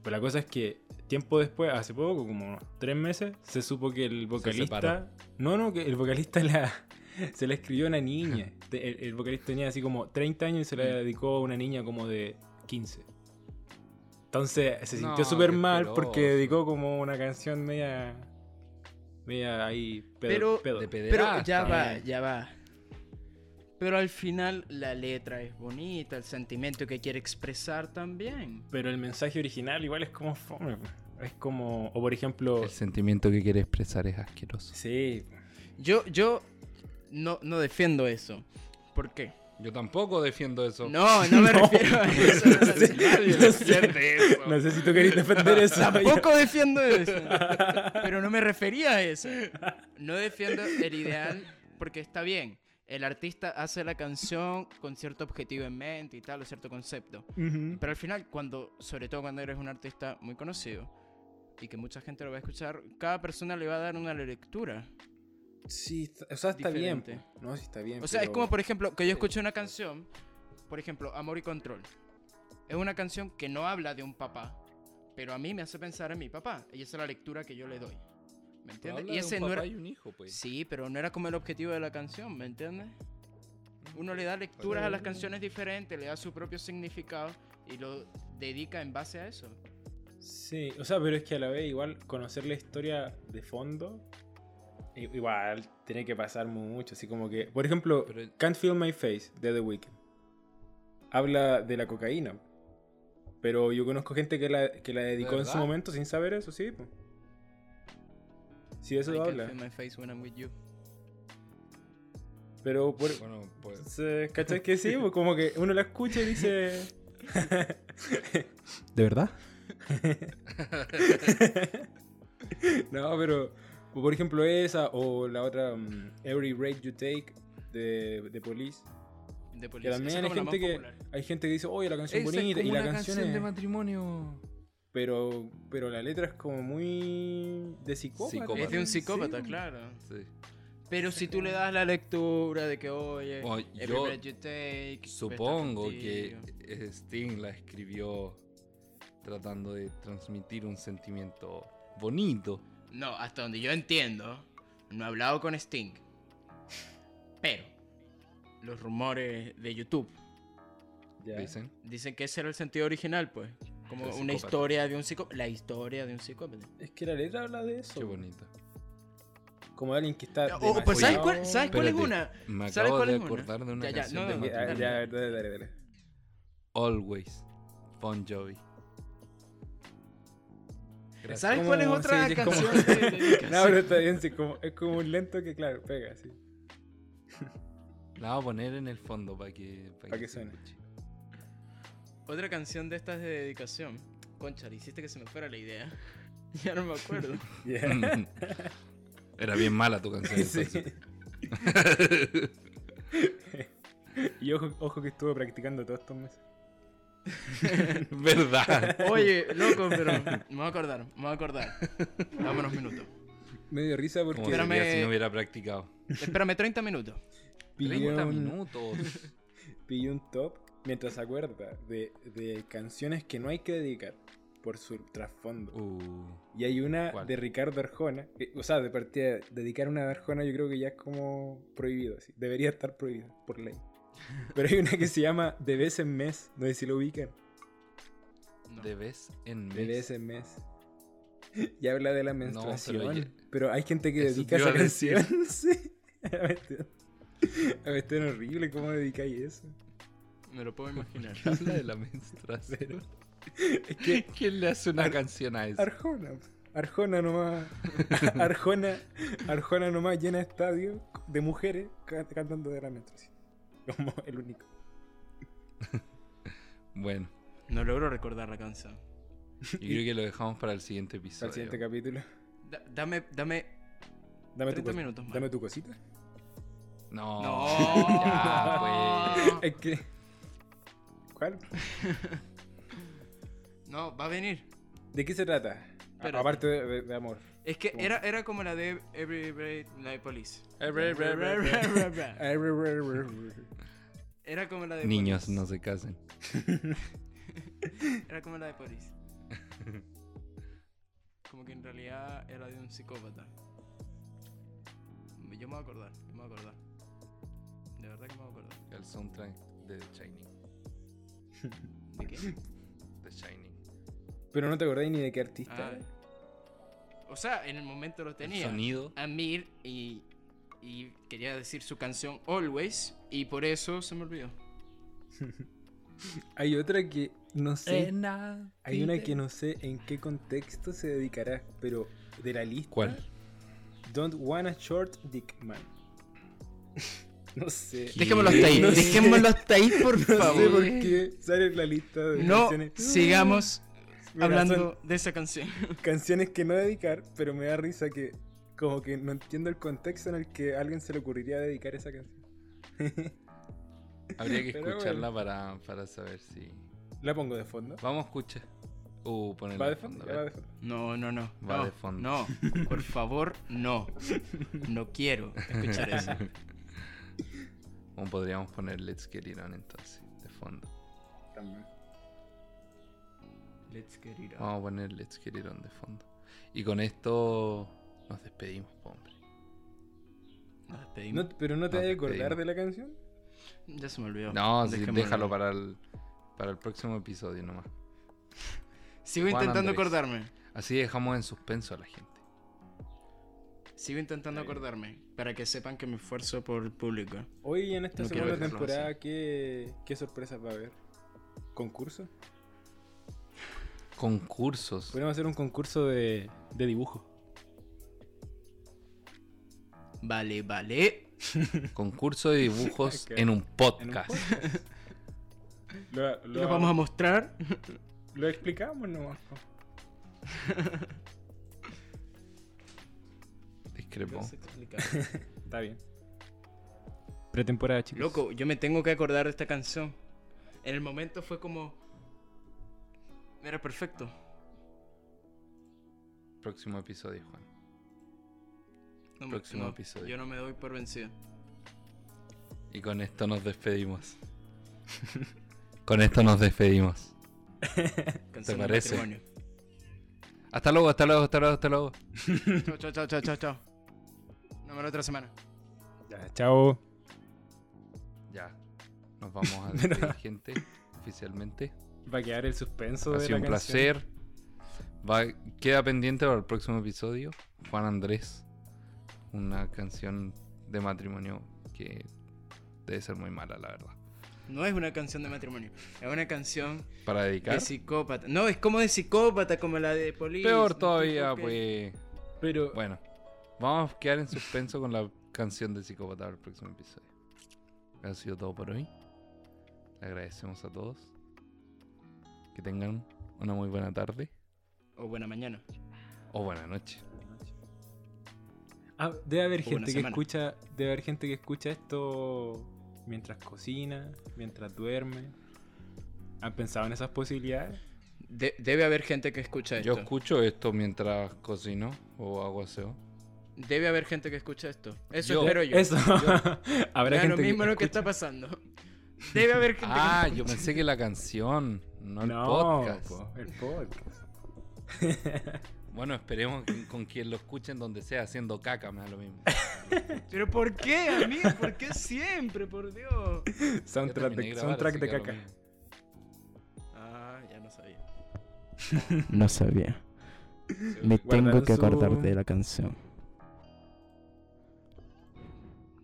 Pero la cosa es que tiempo después, hace poco, como unos tres meses, se supo que el vocalista.
separó.
no, no, que el vocalista la, se la escribió a una niña. Te- el, el vocalista tenía así como 30 años y se la
Mm.
dedicó a una niña como de 15. Entonces se sintió
No,
súper
qué
mal porque
asqueroso.
dedicó como una canción media. media ahí. pedo-
Pero-
pedo.
De
Pero
pederasta.
ya va,
eh.
ya va. Pero al final la letra es bonita, el sentimiento que quiere expresar también.
Pero el mensaje original igual es como fome. Es como. O por ejemplo.
El sentimiento que quiere expresar es asqueroso.
Sí.
Yo, yo no, no defiendo eso. ¿Por qué?
Yo tampoco defiendo eso.
No, no me
No.
refiero a eso. no
Sí,
defiendo
no
eso.
defiende eso.
No sé si tú querés defender eso.
Tampoco defiendo eso. Pero no me refería a eso. No defiendo el ideal porque está bien. El artista hace la canción con cierto objetivo en mente y tal, o cierto concepto.
Ujú.
Pero al final, cuando, sobre todo cuando eres un artista muy conocido y que mucha gente lo va a escuchar, cada persona le va a dar una lectura.
Sí, está- o sea, está bien.
Diferente.
po. No, sí, está bien.
O sea, es
pero-
como por ejemplo que yo escuché una canción, por ejemplo, Amor y Control. Es una canción que no habla de un papá, pero a mí me hace pensar en mi papá. Y esa es la lectura que yo le doy. ¿Me
Pero
entiendes?
habla
y
de
ese
un
no
papá
era...
y un hijo, pues.
Sí, pero no era como el objetivo de la canción, ¿me entiendes?
Mm,
Uno le
Pues
da lecturas a las canciones diferentes, le da su propio significado y lo dedica en base a eso.
Sí, o sea, pero es que a la vez igual conocer la historia de fondo. i- Igual tiene que pasar mucho. Así como que. Por ejemplo,
Pero-
Can't Feel My Face de The Weeknd. Habla de la cocaína. Pero yo conozco gente que la, que la dedicó en su
¿Verdad?
momento sin saber eso, sí. po. Sí, eso
I can
habla.
feel my face when I'm with you.
Pero por,
Bueno, pues...
se- ¿Cachai que sí? Pues Como que uno la escucha y dice. ¿De verdad? no, pero. Por ejemplo, esa o la otra mm, Every Break You Take de, de Police.
De
Que
policía.
también hay gente que, hay gente que dice, oye, la canción
Esa es
bonita.
como
y la
una
canción,
canción de
es-
matrimonio.
Pero, pero la letra es como muy de psicópata.
Psicópata.
Es de un psicópata,
Sí.
claro.
Sí.
Pero si tú le das la lectura de que, oye,
O
every
yo
breath you take, pues,
Supongo
está
que
contigo.
eh, Sting la escribió tratando de transmitir un sentimiento bonito.
No, hasta donde yo entiendo, no he hablado con Sting. Pero los rumores de YouTube
Ya.
Dicen.
dicen que ese era el sentido original, pues. Como
Del
una
psicópata.
historia de un psicópata. La historia de un psicópata.
Es que la letra habla de eso.
Qué bonito.
Como de alguien que está.
O- o, pues, ¿sabes cuál,
demasiado-
sabes cuál es
Espérate.
una?
Me
¿Sabes
acabo
cuál
de
es una?
acordar de una
Ya, ya,
canción
no,
de
no,
Ya,
Matilda.
dale,
ya, dale, dale, dale.
Always. Bon Jovi. Gracias.
¿Sabes cuál es
Como-
otra
sí, es como-
canción de, de- que
No,
sí?
pero está bien, sí, como, es como un lento que, claro, pega, sí.
La voy a poner en el fondo para que, pa'
Pa' que
se
suene.
pues,
escuche.
Otra canción de estas de dedicación. Concha, le hiciste que se me fuera la idea. Ya no me acuerdo.
Ya.
Era bien mala tu canción.
Sí.
entonces.
Y ojo, ojo que estuve practicando todos estos meses.
¿Verdad?
Oye, loco, pero me voy a acordar, me voy a acordar. Dame unos minutos.
Me dio risa porque
Como diría
Espérame.
si no hubiera practicado.
Espérame 30 minutos.
pillé
30
un-
minutos.
pillé un top mientras se acuerda de, de canciones que no hay que dedicar por su trasfondo.
Uh,
Y hay una
¿Cuál?
de Ricardo Arjona. que- o sea, de partida, dedicar una de Arjona yo creo que ya es como prohibido. Así. Debería estar prohibido por ley. Pero hay una que se llama De vez en mes. No sé si lo ubican.
No.
De vez en
De
vez.
vez en mes. Y habla de la
pero ya-
menstruación. pero, hay gente que
Eso
dedica
te
esa
iba a decir.
canción. sí. A ver, a ver, tan horrible. ¿Cómo dedicáis eso?
Me lo puedo imaginar.
Habla de la menstruación.
Es que
¿Quién le hace una canción a eso?
Arjona. Arjona nomás. Arjona, Arjona nomás llena estadios de mujeres ca- cantando de la menstruación. Como el único.
Bueno,
No logro recordar la canción.
yo creo que lo dejamos para el siguiente episodio.
Al siguiente capítulo.
Da- dame, dame.
Dame tu,
30
cos-
minutos más.
dame tu cosita.
No.
No.
Ya, pues.
Es que. ¿Cuál?
pues.
No, va a venir.
¿De qué se trata? A-
Espérate.
Aparte de, de- de amor.
Es que era, era como la de Every Breath Night Police.
Every Breath Night
Era como la de
pues. Niños,
Police.
no se casen.
Era como la de Police. Como que en realidad era de un psicópata. Yo me voy a acordar, yo me voy a acordar. De verdad que me voy a acordar.
El soundtrack de The Shining.
¿De qué?
The Shining.
Pero no te acordás ni de qué artista.
Ah,
era.
o sea, en el momento lo tenía.
El sonido.
Amir y, y quería decir su canción Always y por eso se me olvidó.
Hay otra que no sé.
Cena,
Hay una
pide-
que no sé en qué contexto se dedicará, pero de la lista.
¿Cuál?
Don't wanna short dick man. No sé.
¿Qué? Dejémoslo hasta ahí,
No sé. dejémoslo
hasta ahí, por
No sé por qué sale en la lista de
No
canciones.
sigamos
Mira,
hablando de esa canción.
son canciones que no dedicar, pero me da risa que como que no entiendo el contexto en el que a alguien se le ocurriría dedicar esa canción.
Habría que
Pero
escucharla para, para saber si.
La pongo de fondo.
Vamos a escuchar. Uh, ponerla
Va de
de fondo.
fondo,
a
va de
ver.
fondo.
No, no, no.
Va
no,
de fondo.
No, por favor, no. No quiero escuchar eso.
O podríamos poner Let's Get It On entonces, de fondo.
También.
Let's get it
Vamos a poner Let's Get It On de fondo. Y con esto nos despedimos, po, hombre.
Nos despedimos.
No- pero no te
No,
vayas a
te digo.
acordar de la canción.
Ah, Ya se me olvidó.
No, sí,
Dejémoslo.
déjalo para el, para el próximo episodio nomás.
Sigo
Juan
intentando
Andrés.
acordarme.
Así dejamos en suspenso a la gente.
Sigo intentando
Está bien.
acordarme. Para que sepan que me esfuerzo por el público.
Hoy en esta
No quiero
segunda
dejarlo
temporada, ¿qué, ¿qué sorpresas va a haber? ¿Concurso?
Concursos.
Podríamos hacer un concurso de, de dibujo.
Vale, vale.
Concurso de dibujos
Ok.
en
en
un
un
podcast.
podcast. lo,
Lo vamos a mostrar.
lo explicamos nomás. po.
Discrepo.
Está bien. Pretemporada, chicos.
Loco, yo me tengo que acordar de esta canción. En el momento fue como. Era perfecto.
próximo episodio, Juan.
No, me-
Próximo
no,
episodio.
Yo no me doy por vencido.
Y con esto nos despedimos. con esto nos despedimos.
Cancelo mi
parece?
matrimonio.
Hasta luego, hasta luego, hasta luego, hasta luego.
Chao, chao, chao, chao, chao, chao. Nos vemos la otra semana.
Ya, chao.
Ya. Nos vamos a despedir, gente, oficialmente.
Va a quedar el suspenso
Ha
de
sido
la
un
canción.
placer. Va- queda pendiente para el próximo episodio. Juan Andrés. Una canción de matrimonio que debe ser muy mala, la verdad.
No es una canción de matrimonio. Es una canción
Para dedicar.
de psicópata. No, es como de psicópata, como la de policía.
Peor todavía, pues.
Pero
Bueno, vamos a quedar en suspenso con la canción de Psicópata para el próximo episodio. Ha sido todo por hoy. Le agradecemos a todos. Que tengan una muy buena tarde
O buena mañana.
o buena noche.
Ah, debe haber
Hubo una
gente que
semana.
escucha, debe haber gente que escucha esto mientras cocina, mientras duerme. ¿Han pensado en esas posibilidades?
De- debe haber gente que escucha
Yo
esto.
escucho esto mientras cocino o hago aseo.
debe haber gente que escucha esto. Eso
Yo-
espero yo.
Eso. Habrá
Ya
gente
lo mismo
que
lo que
escucha-
está pasando. Debe haber gente
Ah,
que
yo pensé que la canción, no el
no,
podcast.
po, el podcast.
Bueno, esperemos que- con quien lo escuchen donde sea haciendo caca, me da lo mismo.
Pero ¿por qué, amigo? ¿Por qué siempre? Por Dios.
Ya
Soundtrack
terminé de
de,
grabar,
soundtrack
así
de
que da lo
caca.
mismo.
Ah, ya no sabía. No sabía. Me
Guardaron
tengo que
su-
acordar de la canción.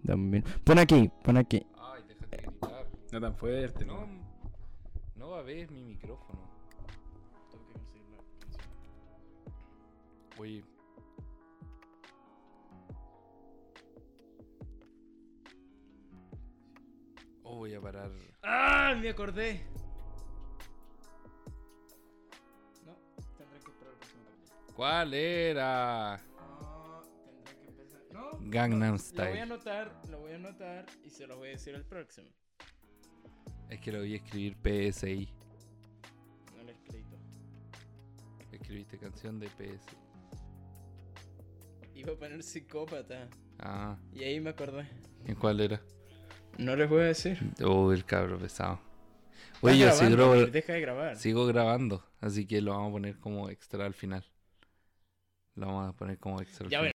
Dame un min- Pon aquí, pon aquí.
Ay, déjate gritar.
No tan fuerte, no.
No, no va a ver mi micrófono. Oye. Oh, voy a parar.
¡Ah! Me acordé. No, tendré que esperar el próximo capítulo.
¿Cuál era?
No, tendré que empezar. No.
Gangnam
Lo voy a
Style.
anotar, lo voy a anotar y se los voy a decir al próximo.
Es que lo voy a escribir PSI.
No lo he escrito.
Escribiste canción de PSI.
Iba a poner psicópata.
Ah,
Y ahí me acordé.
¿y cuál era?
No les voy a decir.
Oh, el cabro pesado.
Estás
Oye, yo
grabando,
sigo,
Luis, Deja de grabar.
sigo grabando, así que lo vamos a poner como extra al final. Lo vamos a poner como extra al
Ya
final.